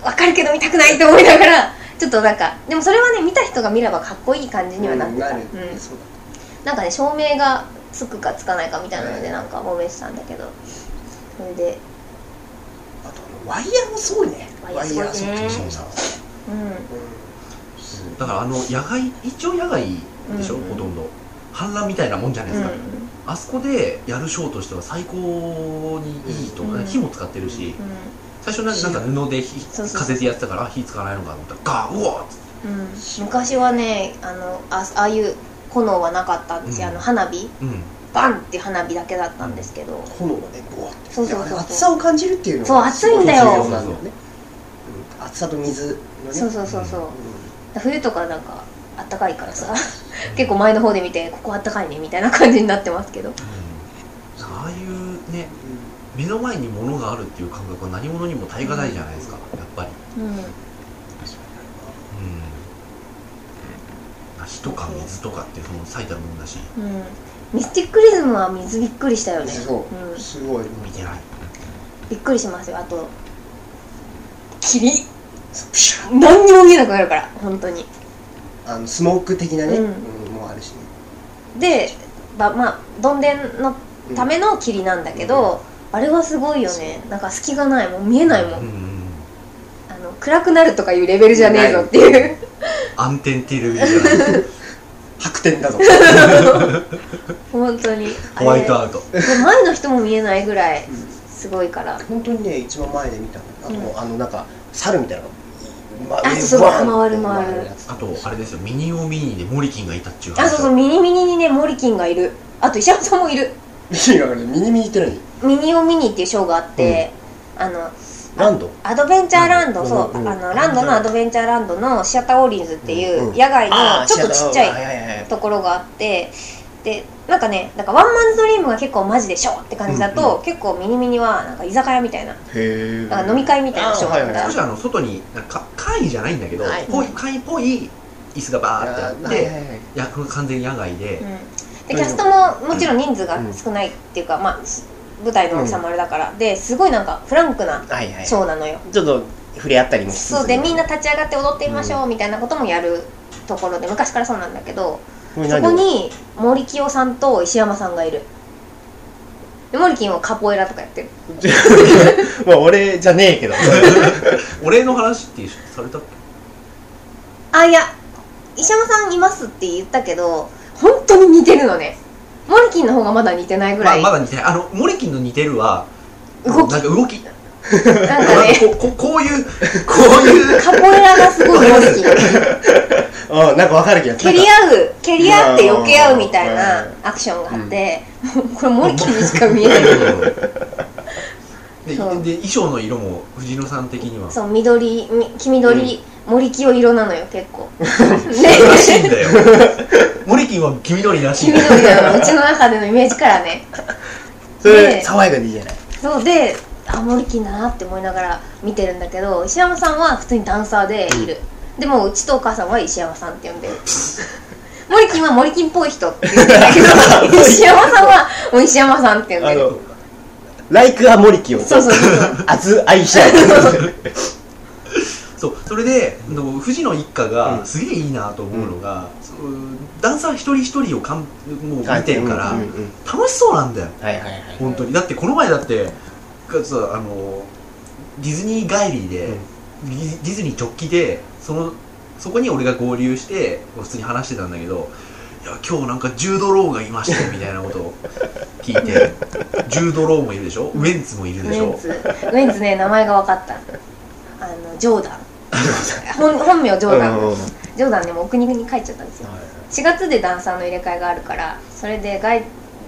わかるけど見たくないと思いながらちょっとなんかでもそれはね見た人が見ればかっこいい感じにはなってた、
な
うん
るそうだ
なんかね照明がつくかつかないかみたいなので
うん
なんか揉めてたんだけどそれで
あとあのワイヤーもすごいね
ワイヤーすごいね
そうそうそう
う
だからあの野外一応野外でしょ、
うん
ほとんど反乱みたいなもんじゃない
ん、
で
う
す
ん
か、あそこでやるショーとしては最高にいいと、
うん
火も使ってるし、最初なんか布で火
そうそう
風でやってたからあ火使わないのかと思ったらガーうわっつって
うんうん、昔はねあのあああいう炎はなかったんですよ、
うん
あの花火
うん
バンっていう花火だけだったんですけど、
炎がねボワって
そうそうそうそう
熱さを感じるっていうのが
そう熱いんだよ
すご重要なんだよねうん熱さと水のね
そうそうそうそう、
う
冬とかなんかあったかいからさ結構前の方で見てここあったかいねみたいな感じになってますけど
うんああいう
ん
ね
うん
目の前に物があるっていう感覚は何物にも対がないじゃないですか、やっぱり
うん
うん梨とか水とかってその最たるもんだし、
うん、ミスティックリズムは水びっくりしたよね
そ
うん
う、すごい。
見てない
びっくりしますよあと霧プシュ何にも見えなくなるから本当に
あのスモーク的なね、
う
うんんもあるしね。
でばまあどんでんの
うん
ための霧なんだけど、あれはすごいよねなんか隙がないもう見えないもん、
ん
あの暗くなるとかいうレベルじゃねえぞっていう
暗転っていうレベルじゃない
白点だぞ。
本当に
ホワイト
あ
アウト
れで前の人も見えないぐらい
うん
すごいから
本当にね一番前で見たのが、
うん
もうあのなんか猿みたいなのが、
あ
上
そう
バーンって
回る回る
回やつ
あとあれですよミニオンミニーでモリキンがいたっちゅう
あそうそうミニミニにねモリキンがいるあと石原さんもいる
いやあれミニミニって
ミ
何
ニオミニっていうショーがあって、あの
ランド
アドベンチャーランド、
うん
そう、
うん
あのランドのアドベンチャーランドのシアターオーリンズっていう
うん
野外
あ
の
ー
ちょっとちっちゃい
い
ところがあってでなんかねなんかワンマンズドリームが結構マジでショーって感じだと、結構ミニミニはなんか居酒屋みたいな
へえ
なんか飲み会みたいなショー
あーはい
だ
は
っ
い
た
少しあの外になんか簡易じゃないんだけど
はい
ぽい簡易っぽい椅子がバーってあって、いやこれ完全に野外で、
でキャストももちろん人数が少ないっていうか、まあす舞台の大きさもあれだから、ですごいなんかフランクな
はいはい
ショーなのよ、
ちょっと触れ合ったりもしつつ
そうでみんな立ち上がって踊ってみましょうみたいなこともやるところで昔からそうなんだけど
これ
そ
何
こに森清さんと石山さんがいるで森清はカポエラとかやってる
まあ俺じゃねえけど
お礼の話ってされたっけ
あいや石山さんいますって言ったけど本当に似てるのねモリキンの方がまだ似てないぐら
まあ
い、
まだ似てないあのモリキンの似てるは
動き
なんか動きなん
なんか
か
ね
こここういうこう いう
カポエラがすごいモリ キン
うんなんか分かるけど
蹴り合う蹴り合って避け合うみたいなアクションがあって、もう これモリキンにしか見えない
で
そう
で衣装の色も藤野さん的には
そう緑み黄緑、森清色なのよ結 構で
らしいん だよモリキンは黄緑らし
黄
いんだよ
緑なのうちの中でのイメージからね
それ、
ね
爽やかでい いじゃない
そうであモリキンだなって思いながら見てるんだけど石山さんは普通にダンサーでいる、でもうちとお母さんは石山さんって呼ん でるモリキンはモリキンっぽい人って言ってんだけど石山さんはもう石山さんって呼ん
あ
でる
のライクアモリキを
そうそうそうそう
熱愛しちゃ う
そうそれで、あの藤野一家
う
が
ん
すげえいいなと思うのが、そうダンサー一人一人をかんもう見てるから、
うんうんうん
楽しそうなんだよ
はいはいはい
本当にだってこの前だってかさあのディズニー帰りで、ディディズニー直帰でそのそこに俺が合流して普通に話してたんだけど「いや今日なんか10ドローがいました」みたいなことを聞い て10ドローもいるでしょウェンツもいるでし
ウェン
ょ
ツウェンツね名前が分かったあのジョーダン本本名ジョーダン、
うんうんうん
ジョーダンねもうお国に帰っちゃったんですよ4月でダンサーの入れ替えがあるからそれで外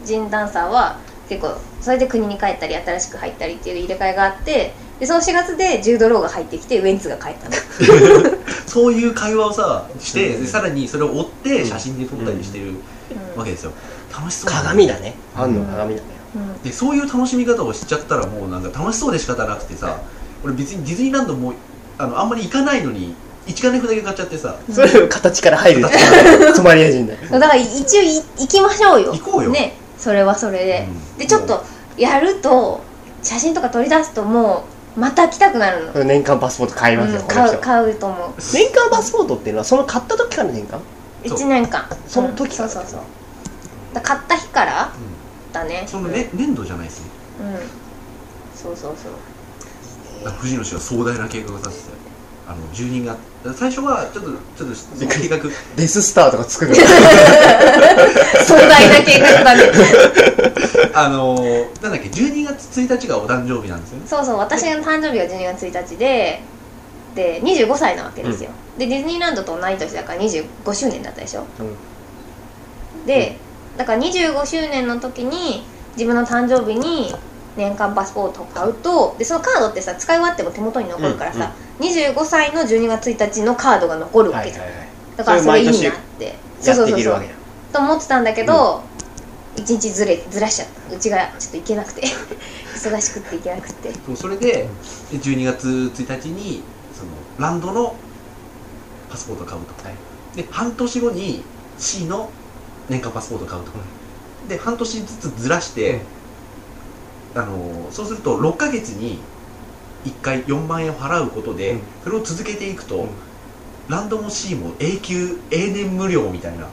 人ダンサーは結構それで国に帰ったり新しく入ったりっていう入れ替えがあってでその4月でジュード・ローが入ってきてウェンツが帰ったの
そういう会話をさして、
うん
でさらにそれを追って写真で撮ったりしてるわけですよ楽しそうなんだ
鏡
よ
だねファンの鏡だね
うん、うん
でそういう楽しみ方をしちゃったらもうなんか楽しそうで仕方なくてさ俺別にディズニーランドもあのあんまり行かないのに1金札だけ買っちゃってさ
それ形から 入るっていうソマリア人だよ
だから一応い行きましょうよ
行こうよ
ねそれはそれで、
うん
でちょっとやると写真とか撮り出すともうまた来たくなるの、
年間パスポート買いますよ、
うん
この
買う
人
買うと思う
年間パスポートっていうのはその買った時からの年間
そう
1年間
その時から、
うんそうそうそうだ買った日から
う
だね
んその、ね、粘土じゃないですね
うんそうそうそう
だから藤野氏は壮大な計画を立ててたよあの住人が最初はちょっとちょっとその計画
デススターとか作る
壮大な計画だ ね
あのーなんだっけ12月1日がお誕生日なんですよね
そうそう私の誕生日が12月1日でで25歳なわけですよ、でディズニーランドと同い年だから25周年だったでしょで、だから25周年の時に自分の誕生日に年間パスポートを買うとでそのカードってさ使い終わっても手元に残るからさ、25歳の12月1日のカードが残るわけじゃん、だからそれいいなって
やっていけるわけだ
と思ってたんだけど、一日ずれずらしちゃったうちがちょっと行けなくて 忙しくって行けなくて
そうそれでで12月1日にそのランドのパスポートを買うと、
は
で半年後に C の年間パスポートを買うと、で半年ずつずらして、あのそうすると6ヶ月に1回4万円を払うことで、
うん
それを続けていくと、
うん
ランドも C も永久永年無料みたいな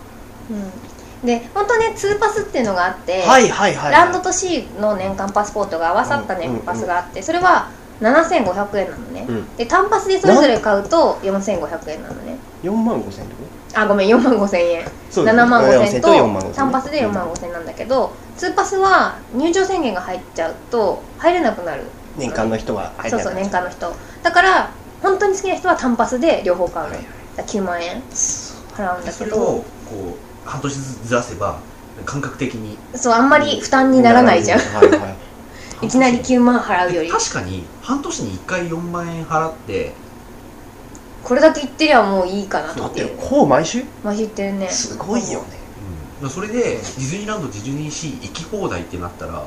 うん、で本当ね2パスっていうのがあって、
はいはいはい
ランドと C の年間パスポートが合わさった
うんうん
年
うん
パスがあってそれは7500円なのね、
うん
で単パスでそれぞれ買うと4500円なのね
4万5千円とか
あごめん4万5000円
そうです
7万5千と
4万5千
3パスで4万5千なんだけど、2パスは入場宣言が入っちゃうと入れなくなる
年間の人は入
そうそう年間の人だから本当に好きな人は単パスで両方買うの、
はい
だから9万円払うんだ
そ
け
れ
ど
をこう半年ずつずらせば感覚的に
そうあんまり負担にならないじゃん、
はいはい
いきなり9万払うより
確かに半年に1回4万円払って
これだけ言ってりゃもういいかな
だ
っ
ってて
いう
ほぼ毎週
マジ言ってるね
すごいよね
うん、それでディズニーランドディズニーシー行き放題ってなったら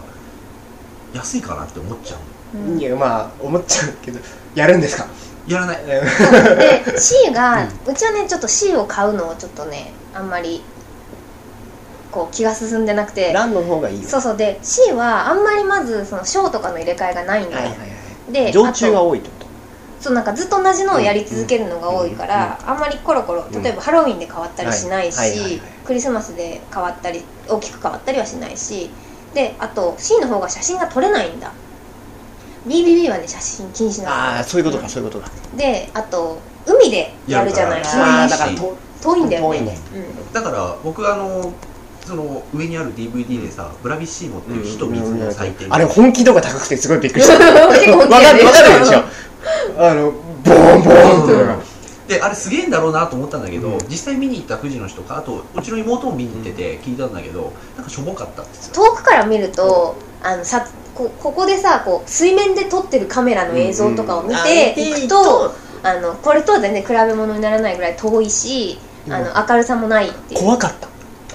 安いかなって思っちゃう
うん
いやまあ思っちゃうけどやるんですか
やらない
で C が、
う
うちはねちょっと C を買うのをちょっとねあんまりこう気が進んでなくて
ランドの方がいいよ
そうそうで C はあんまりまずそのショーとかの入れ替えがないんだ
はい
よ、
はいは
で
い常駐が
あと
多いってこと
そうなんかずっと同じのをやり続けるのが多いから、あんまりコロコロ
うん
例えばハロウィンで変わったりしないし、
はいはいはいはい
クリスマスで変わったり大きく変わったりはしないしであと C の方が写真が撮れないんだ BBB はね写真禁止なの
ああそういうことかそういうことか
であと海でやるじゃない
やる
そ
か
う
ら
い
あ
う
あ
そ
だ
う
から
いいし
と
遠いんだよね
遠いね
だから僕あのその上にある DVD でさ「ブラビッシーモ」っていう火と水の祭典
あれ
で
本気度が高くてすごいびっくりした
結構
わ
本気
か
やね
るわかるでしょあのボーンボーンっていうのが
であれすげえんだろうなと思ったんだけど、
うん
実際見に行った富士の人かあとうちの妹も見に行ってて聞いたんだけどなんかしょぼかったって言って
遠くから見るとあのさこここでさこう水面で撮ってるカメラの映像とかを見ていくと、あのこれとは全然比べ物にならないぐらい遠いし
うん
あの明るさもないっていう
怖かった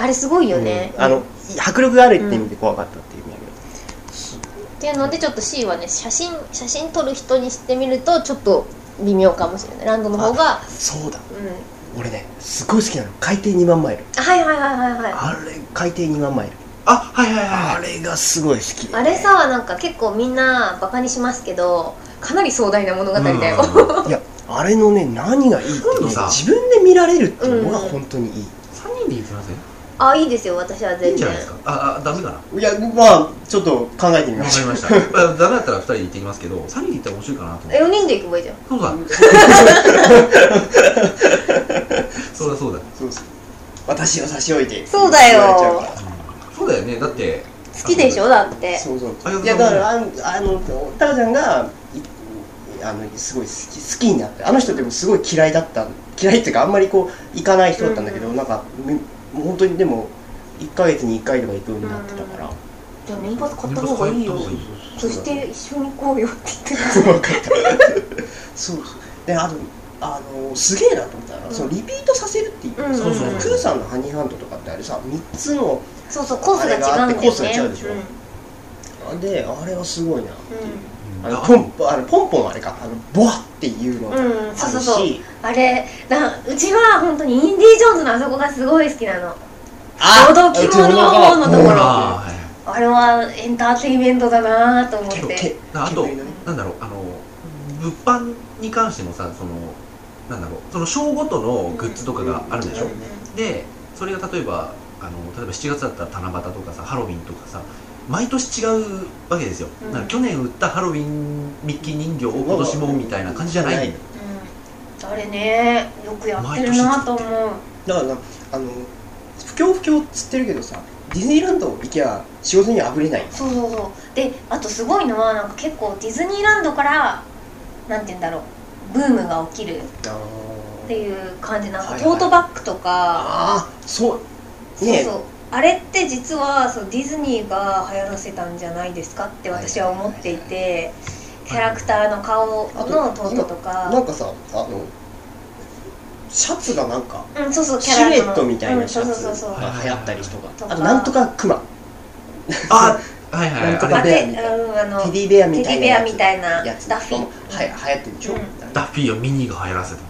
あれすごいよね、
うんあの迫力があるって意味で怖かったっていう意味だけど
っていうのでちょっと C はね写真写真撮る人にしてみるとちょっと微妙かもしれないランドの方が
そうだ
うん
俺ねすごい好きなの海底2万マイル
はいはいはいはいはい
あれ海底2万マイル
あはいはいはい
あれがすごい好き
あれさなんか結構みんなバカにしますけどかなり壮大な物語だ よ、
3
いやあれのね何がいいって、ね
今度さ、
自分で見られるっていうのが本当にいい、
人で行きません
あいいですよ私は全然
いいんじゃないですかああダメかなわか
いやまあちょっと考えてみ
り
ま
ま
しょ う
したあダメだったら2人で行ってきますけど3人で行ったら面白いかなと思って
4人で行けばいいじゃん
そうだ そうだそうだ、
そうそう私を差し置いて
そうだよ
言われちゃうから
うんそうだよねだって
好きでしょだって
そうそ
あ
う
りがとうご
い
ざ
や
います
だからあんあのターちゃんがいあのすごい好き好きになってあの人でもすごい嫌いだった嫌いっていうかあんまりこう行かない人だったんだけど、
うん
なんかみ本当にでも1か月に1回とか行くようになってたから、
じゃあ年パス買った方がいいよ
年パス買った方がいい
そして一緒に行こうよって言って
分かった そうそうであとあのすげえなと思ったら、
うん
そのリピートさせるっていう、
うんうんうん
そうそうクーさんのハニーハントとかってあれさ3つの
そうそうコースが違うんだよね
あれがあってコースが違うでしょ
ん
あであれはすごいなっていう、
うん
あのポンポあのポンポンあれかあのボワっていうのもあるし、
うんそうそうそうあれだうちは本当にインディ・ジョーンズのあそこがすごい好きなの
あ
労働基本の方のところ
ほら
あーはい
あれはエンターテインメントだなと思っ
け
て
け
あと
煙のね
なんだろうあの物販に関してもさそのなんだろうその賞ごとのグッズとかがあるでしょ、
うん
でそれが例えばあの例えば7月だったら七夕とかさハロウィンとかさ毎年違うわけですよ、
うん
だから去年売ったハロウィンミッキー人形を今年もみたいな感じじゃないんだよ
うんあれねよくやってるなと思う
だからなあの不況不況っつってるけどさディズニーランド行きゃ仕事にあぶれない
そうそうそうであとすごいのはなんか結構ディズニーランドからなんて言うんだろうブームが起きるっていう感じなんか
はい
ト
はい
ートバッグとか、
ああそうねえ
そうそうあれって実はそうディズニーが流行らせたんじゃないですかって私は思っていてキャラクターの顔
あ
のトートと
な
か
んかさあのシャツがなんか
うんそうそうキ
シ
ャラの
ルエットみたいなシャ
うん、
ツ
そうそうそうそう
はい
が流行ったりとか
とか
あとなんとかクマ
あはいはい
なんと
あ
か
あ
れ
ベ
で
アみたい
うんあの
テディベアみたいな
テディベアみたいな
やつ
ダッフィー
とかもはや流行ってるでしょ、
うん
ダッフィーやミニーが流行らせた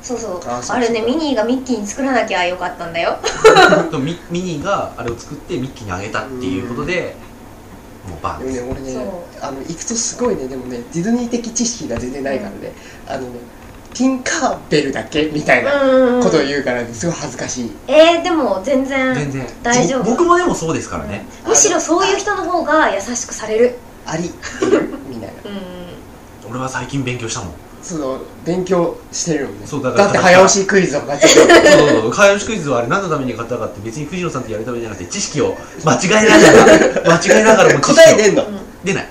そうそう
あ
あ
そう
れね
そうか
ミニーがミッキーに作らなきゃよかったんだよ
とミミニーがあれを作ってミッキーにあげたっていうことでもうバーン
でも
で
ね、
す
俺ね
そう
あの行くとすごいねでもねディズニー的知識が全然ないからね、あのねティンカーベルだけみたいな
うん
ことを言うからねすごい恥ずかしい、
えー、でも全
全
然
然
大丈夫
ぼ僕もでもそうですからね
むしろそういう人の方が優しくされる
あり っていうみたいな
うん
俺は最近勉強したもん
その勉強してるよね
そうだから
って早押しクイズとかちょっと
そうそうそう早押しクイズはあれ何のために買ったかって別に藤野さんってやるためじゃなくて知識を間違えながら間違えながらも知 識を
答え出んの
うん
出ない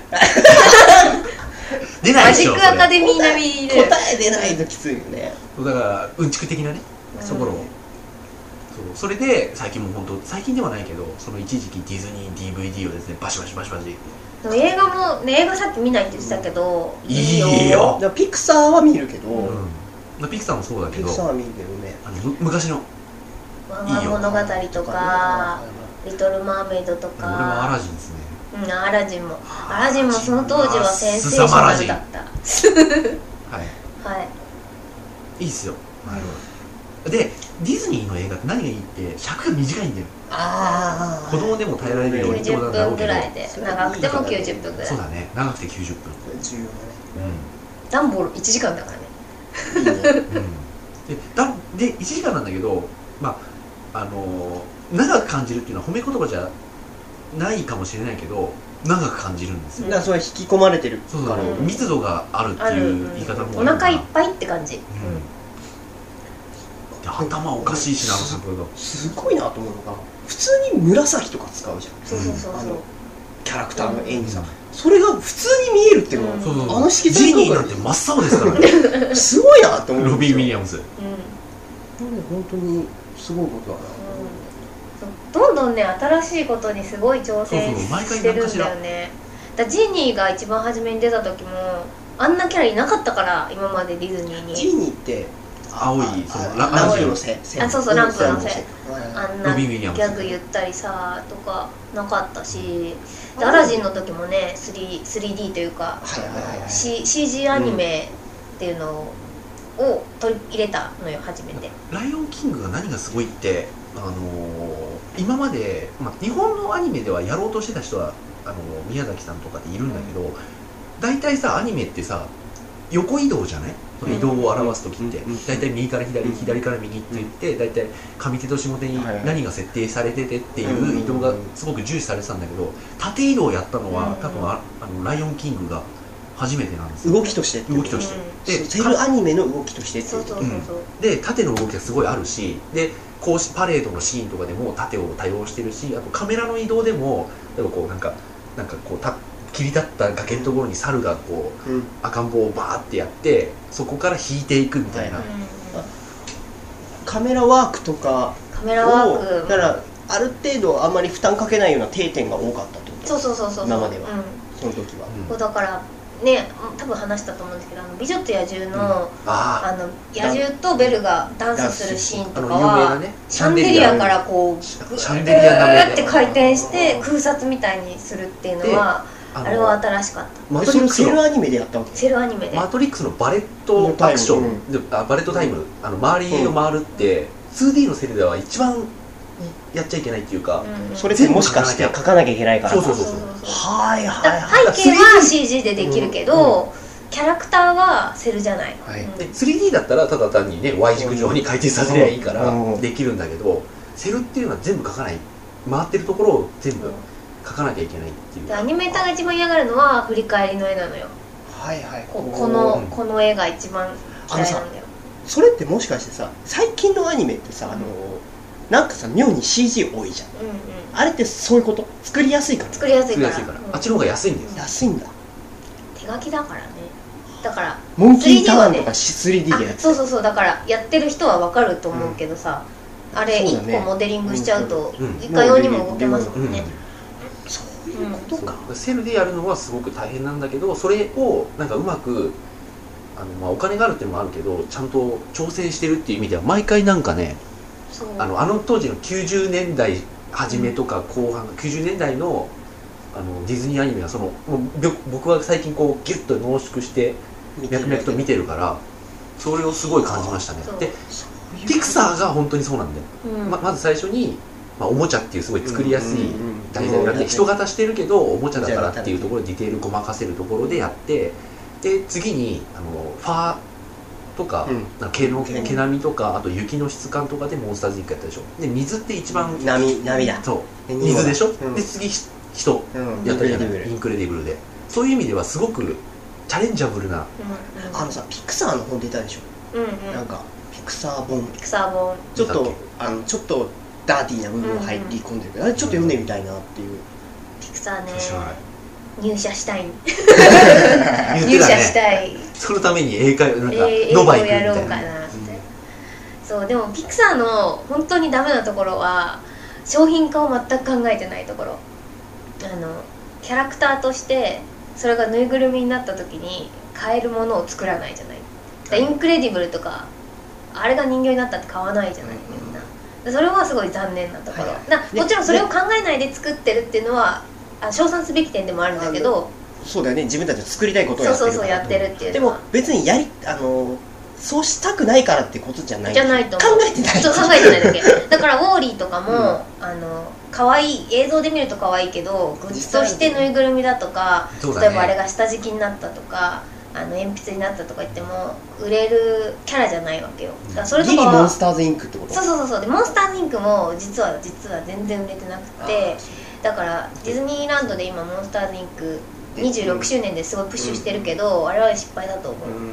出ない
マ
で
ジ
し
ッ
ょ
クアカ
そ
デ
れ
ミー並みで
答え出ないときついよね
そうだからうんちく的なね
うん
ところをそうそれで最近も本当最近ではないけどその一時期ディズニー DVD をですねバシバシバシバシ
でも映画もね映画さっき見ないって言ってたけど
いいよ
だからピクサーは見るけど、
うん、ピクサーもそうだけ
ピ
ど
クサーは見るけどね
あのむ昔の
ワンワン物語とか「リトル・マーメイド」と
俺はア
か
ラジンですね
うんアラジンもアラジンもその当時はセンセーシ
すさまら
ョ
じい
ナルだっ
はい
たはい
いいっすよでディズニーの映画って何がいいって尺が短いんだよ
あ
子供でも耐えられるようにってこと
90
なんだろ
分
うけ
ぐ
ど
らいで長くても90分ぐらい
そうだね長くて90分
重
ダンボール1時間だからね
要だねいいね
うん、でだで1時間なんだけどまああのー長く感じるっていうのは褒め言葉じゃないかもしれないけど長く感じる んですよ、
だからそれは引き込まれてる
そう
か
そ
ら、
う
うん
密度があるって
ある
いう言い方の方
お
がい
腹いっ
いかな
ぱいって感じ
うんで頭おかしいしなあのサンプルが
すごいなと思うのが普通に紫とか使うじゃん
そうそうそう
あ
そう
のキャラクターの演技さ、
うん
それが普通に見えるっていうのは、
うん
そうそう
あの色
ジ
彩
ニー
と
な
か
んて真っ青ですからね
すごいなと思う
ロビン・ウィリ
ア
アムズ
うん
ム本当にすごいことだな、
そうどんどんね新しいことにすごい挑戦
そうそう毎回
してるんだよねだジーニーが一番初めに出た時もあんなキャラいなかったから今までディズニー
ジ
に
ーニーって
青いそのラ
ラ
ラ
ン
ンジ
プ
の
のせせ
あそうそうランプのせ
は
あん
ロ
な
ビ
ギ
ン・ウィリアムズ
ャグ言ったりさとかなかったしでアラジンの時もね 3- 3D というか
いはいはいはい
C CG アニメっていうのを取り入れたのよ初めて
ライオンキングが何がすごいって、あのー今まで、まあ、日本のアニメではやろうとしてた人はあのー宮崎さんとかっているんだけど大体、さアニメってさ横移動じゃないその移動を表す時って
うんうん
大体、右から左、
うん
左から右って言って大体上手と下手に
はいはい
何が設定されててって
う
い
ん
う移動がすごく重視されてたんだけど縦移動をやったのは多分ああのライオンキングが初めてなんです
い
よ。
動きとしてって
動きとして
で
で
セルアニメの動きとしてってい
そうそうそうそう
で縦の動きがすごいあるしでこうしパレードのシーンとかでも縦を多用してるしあとカメラの移動でも例えばこうなんかなんかこうた切り立った崖のところに猿がこう
うん
赤ん坊をバーってやってそこから引いていくみたい
は
な、
うん
カメラワークとか
カメラワー
を
ク
だからある程度あんまり負担かけないような定点が多かったってこと
そうそうそうそうそう
今までは
うん
その時は
うん
こうだからね多分話したと思うんですけど「あの美女と野獣の」
あ
あの野獣とベルがダンスするシーン
あ
と
の
か
有名な
は
ね
シャンデリアかららこう
シ
グ
ャンデリアなめ
ーっ
で
て回転して空撮みたいにするっていうのは
あの
あれは新しかった
マ
で
ト
そ
リ
れ
ッ
を
クス
セル
の
アニメでやったわけ
セルアニメで
マトリックスのバレットアクション、であバレットタイム、あの周りを回るって、2D のセルでは一番やっちゃいけないっていうか、
うんうん
それってもしかして書かなきゃいけないから
そうそうそう
はい
だ
はい
から背景は CG でできるけど、キャラクターはセルじゃない、
はい
うん
で 3D だったらただ単にね Y 軸上に回転させりゃいいから
うん
できるんだけどセルっていうのは全部書かない回ってるところを全部書かなきゃいけないっていう
でアニメーターが一番嫌がるのは振り返りの絵なのよ
はいはい
ここの
うん
この絵が一番嫌いなんだよ
それってもしかしてさ最近のアニメってさあのなんかさ妙に CG 多いじゃん
うんうん
あれってそういうこと作りやすいから
作りやすい
作り
か
や
ら
すいから
うん
あっちの方が安いんです
安いんだ
手書きだからねだから
モンキーターンとか 3D でや
あ
つ
そうそうそうだからやってる人は分かると思うけどさ、あれ
そう
一
だね
個モデリングしちゃうと
うん
一回用にも動けますもんね、
そういうことか
そうセルでやるのはすごく大変なんだけどそれをなんかうまくあの、まあ、お金があるっていうのもあるけどちゃんと挑戦してるっていう意味では毎回なんかね
そう
あのあの当時の90年代初めとか後半、90年代のあのディズニーアニメはそのもうびょ僕は最近こうギュッと濃縮して脈々と見てるからそれをすごい感じましたね
そう
でピクサーが本当にそうなんだよ、
うん
ままず最初に、まあ、おもちゃっていうすごい作りやすい
うんうんうん
題材があって人型してるけどおもちゃだからっていうところでディテールごまかせるところでやってで次にあのファーとか,、
うん
なんか毛の
毛
毛並みとかあと雪の質感とかでモンスターズインクやったでしょで水って一番、
波波だ
そう
で
水でしょ、
うん
で次ひ人
うん
やったじゃない、
レベル
インクレディブルでそういう意味ではすごくチャレンジャブル
う
な
ん
あのさピクサーの本出たでしょ
うんうん
なんかピクサー本
ピクサー本
ちょっ
だ
と
っ
あのちょっとダーティーな部分が入り込んでるけどあれちょっと読んでみたいなっていう
ピクサーね
面白い
入社したい
言って
入
た
社
ね
したい
そのために英会なんか
えー
ノバ行くみ
英語やろ
た
う
い
か
な
なみたいなそうでもピクサーの本当にダメなところは商品化を全く考えてないところあのキャラクターとしてそれがぬいぐるみになった時に買えるものを作らないじゃないだからインクレディブルとかあれが人形になったって買わないじゃないみんなでそれはすごい残念なところ、
はいはい
な
ね
もちろんそれを考えないで作ってるっていうのはあ称賛すべき点でもあるんだけど
そうだよね自分たちの作りたいことを
そう
やってる
そう
から
そうやってるっていう
で
の
も
は
別にやりあのそうしたくないからってことじゃない
じゃないと
考
思う
えてない
そう考 えてないだけだからウォーリーとかも、あの可愛い映像で見ると可愛いけどグッズとしてぬいぐるみだとか
そうだね
例えばあれが下敷きになったとかあの鉛筆になったとか言っても売れるキャラじゃないわけよだからそれと
ギ
か
リモン
は
スターズインクってこと
そうそうそうそうでモンスターズインクも実は実は全然売れてなく
あ
て
ーそう
だからディズニーランドで今モンスターズインク26周年ですごいプッシュしてるけど、あれは失敗だと思う、
うん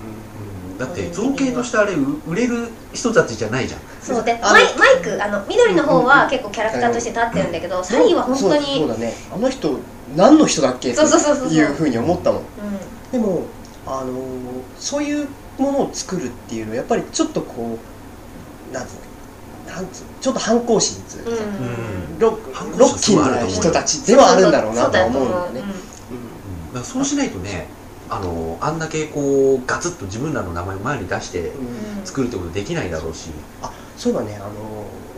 だって造形としてあれ売れる人たちじゃないじゃん
そうで
あ
マイマイクあの緑の方は結構キャラクターとして立ってるんだけど、サリーは本当
そうそう
に
だねあの人何の人だっけ
そうそうそうそう
っていうふうに思ったも
う
ん
ん
でもあのーそういうものを作るっていうのはやっぱりちょっとこうなんつうのなんつうのちょっと反抗心っつうかさ、
うん
うん
ロッ
反抗心
ロッキーな人たちではあるんだろうなとは思うんだよね。
だからそうしないとねあのあんだけこうガツッと自分らの名前を前に出して
うん
作るってことできないだろうし
あそういえばね、あ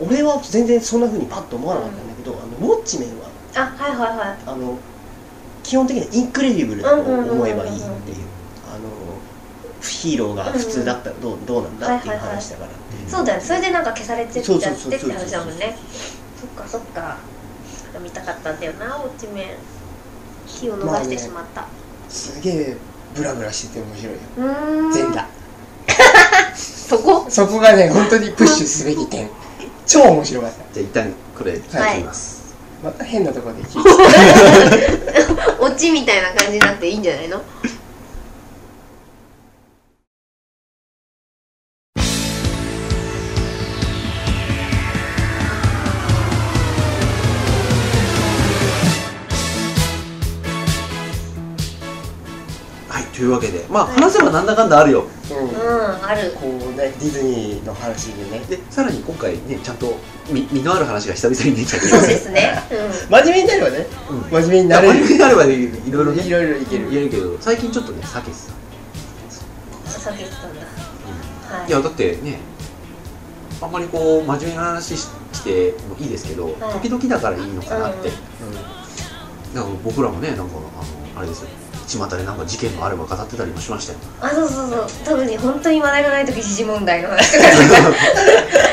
のー俺は全然そんなふうにパッと思わなかったんだけど、あのウォッチメンは
あはいはいはい
あの基本的にはインクレディブルと思えばいいっていうあのヒーローが普通だったらどうどうなんだっていう話だから、
そうだよねそれでなんか消されてっちゃっ
そうそう
て
そう
って
そう
話だもんねそっかそっか見たかったんだよな落ち面火を逃してしまった、
すげえ
ブラブラしてて面白いよ
うーん
全裸
そこ
そこがね本当にプッシュすべき 点超面白かった
じゃあ一旦これ切ります、
また変なところで聞いて
落ちみたいな感じになっていいんじゃないの
はいというわけでまあ話せばなんだかんだあるよ
うん
うんある
こうねディズニーの話でね
でさらに今回ねちゃんとみ身のある話が久々に出ちゃって
そうですねう
真面目になればね
うん
真面目に
いや
なれ
真面
る
目になればいろいろね
いろいろいける
言えるけど最近ちょっとね避けて
ん避けてたんだ
た、
はい
いやだってねあんまりこう真面目な話ししてもいいですけど、
はい
時々だからいいのかなって、
うん
だから僕らもねなんかあのあれですよ巷でなんか事件があれば語ってたりもしましたよ
あそうそうそう特に本当に話題がない時時事問題の話とか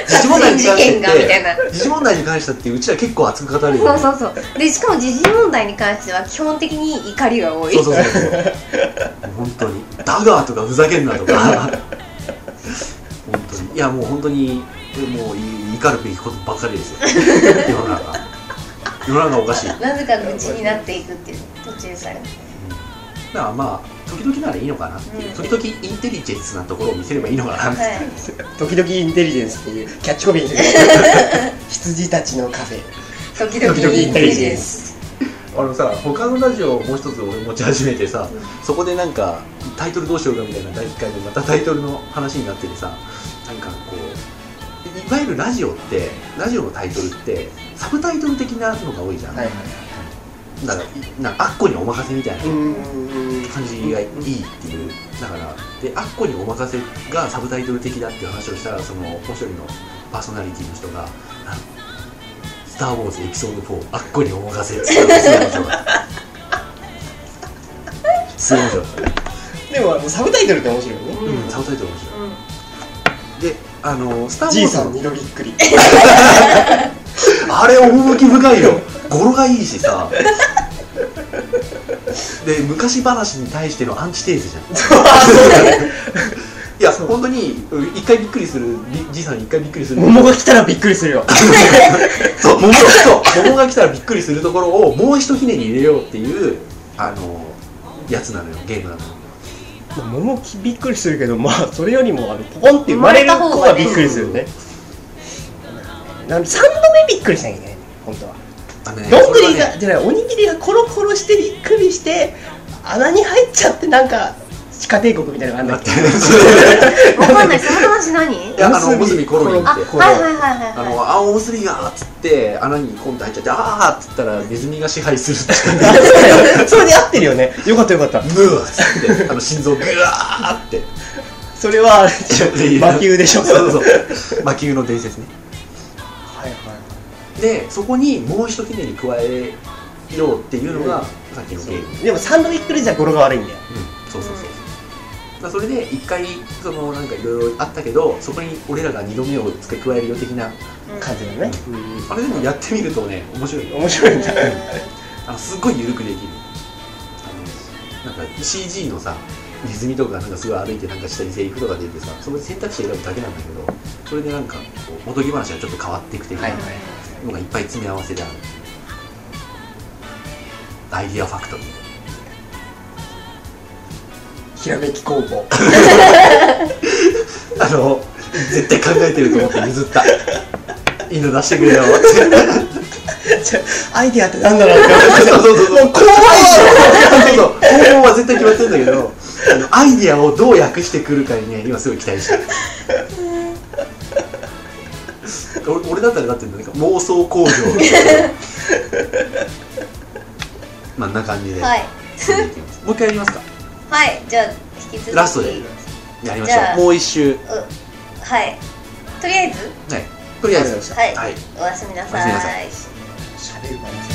自治問題に関して
事件がみたいな
って自治問題に関してってうちら結構熱く語る
そ
よ
う
ね
そうそうでしかも時事問題に関しては基本的に怒りが多い
そうそうそうそう本当に「ダガー」とかふざけんなとか本当にいやもう本当にもうい怒るべきことばっかりですよ世の中世の中おかしいだか
なぜか愚痴になっていくっていう途中から
らまあ時々ならいいのかなっていう、
うん
時々インテリジェンスなところを見せればいいのかなって、
はい
時々インテリジェンスっていうキャッチコピーにしてる羊たちのカフェ
時々
時々
イ
イ
ン
ン
テ
テ
リ
リ
ジ
ジ
ェ
ェ
ン
ン
ス
あのさ他のラジオをもう一つ俺持ち始めてさ、
う
そこでなんかタイトルどうしようかみたいな第1回でまたタイトルの話になっててさなんかこういわゆるラジオってラジオのタイトルってサブタイトル的なのが多いじゃん、
はいはい
だからいなんかあっこにお任せみたいな
うん
感じがいいっていう、だからであっこにお任せがサブタイトル的だっていう話をしたらそのもう一人のパーソナリティの人が「あのスター・ウォーズエピソード4あっこにお任せ」って言ったのがすごい面白かったすごい面白かった
でもあのサブタイトルって面白いよね
うん
うん、サブタイトル面白いであのスター・ウォ
じ
ー
い
ズ
さん
の
二度びっくり
あれ趣深いよ語呂がいいしさで昔話に対してのアンチテーゼじゃんいや本当にうん一回びっくりするびじいさんに一回びっくりする
桃が来たらびっくりするよ
そう桃そう桃が来たらびっくりするところをもう一ひねり入れようっていうあのやつなのよゲームなのよ
桃きびっくりするけどまあそれよりもあのポコンって生まれる
生
子
まれた方が
が
ね
びっくりするよねなんで3度目びっくりしなきゃいけない本当は
あのね
どんぐり
これは
が、
ね
じゃないおにぎりがコロコロしてびっくりして穴に入っちゃってなんか地下帝国みたいなのがあんだっけ
待って
わかんないその話何
いやあのおむすびコロリン
あ
って
はいはいはいはい
あ
はい
の、あ、おむすびがーっつって、穴にコンって入っちゃって、あーっつったら、ネズミが支配するっていう。
それで合ってるよねよかったよかった
ブワーっつって、あの、心臓グワーって。
それはあれでしょ魔球でしょ
そうそうそう。魔球の伝説ね。
はいは
で、そこにもう一ひねり加えようっていうのが、さっきのゲーム。
いでも3度びっくりじゃ語呂が悪いんだよ
うん、そうそうそうそう。まあそれで一回そのなんかいろいろあったけどそこに俺らが二度目を付け加えるよ的な
感じだね
あれでもやってみるとね面白いよ
面白いんだ
あのすっごい緩くできるあのなんか CG のさネズミとかなんかすごい歩いてなんか下にセリフとか出てさその選択肢選ぶだけなんだけどそれでなんかこう元木話がちょっと変わっていく的な
はいはい
のがいっぱい詰め合わせであるアイディアファクトリー
ひらめき工房
あの絶対考えてると思って譲った犬出してく れよって
ちょアイディアってなんだろうって思っ
そうそうそうそう
てもう怖い
そうそうそう方法は絶対決まってるんだけどあのアイディアをどう訳してくるかにね今すごい期待してる俺俺だったらだってなんか妄想工場まあんな感じで、
はい
もう一回やりますか
はいじゃあ引き続き
ラストでやりまし
じゃあ
ょうもう一周
うはいとりあえず
はいとりあえず
はい
はい
おやすみな
おやすみなさ
さい
喋るかもしれない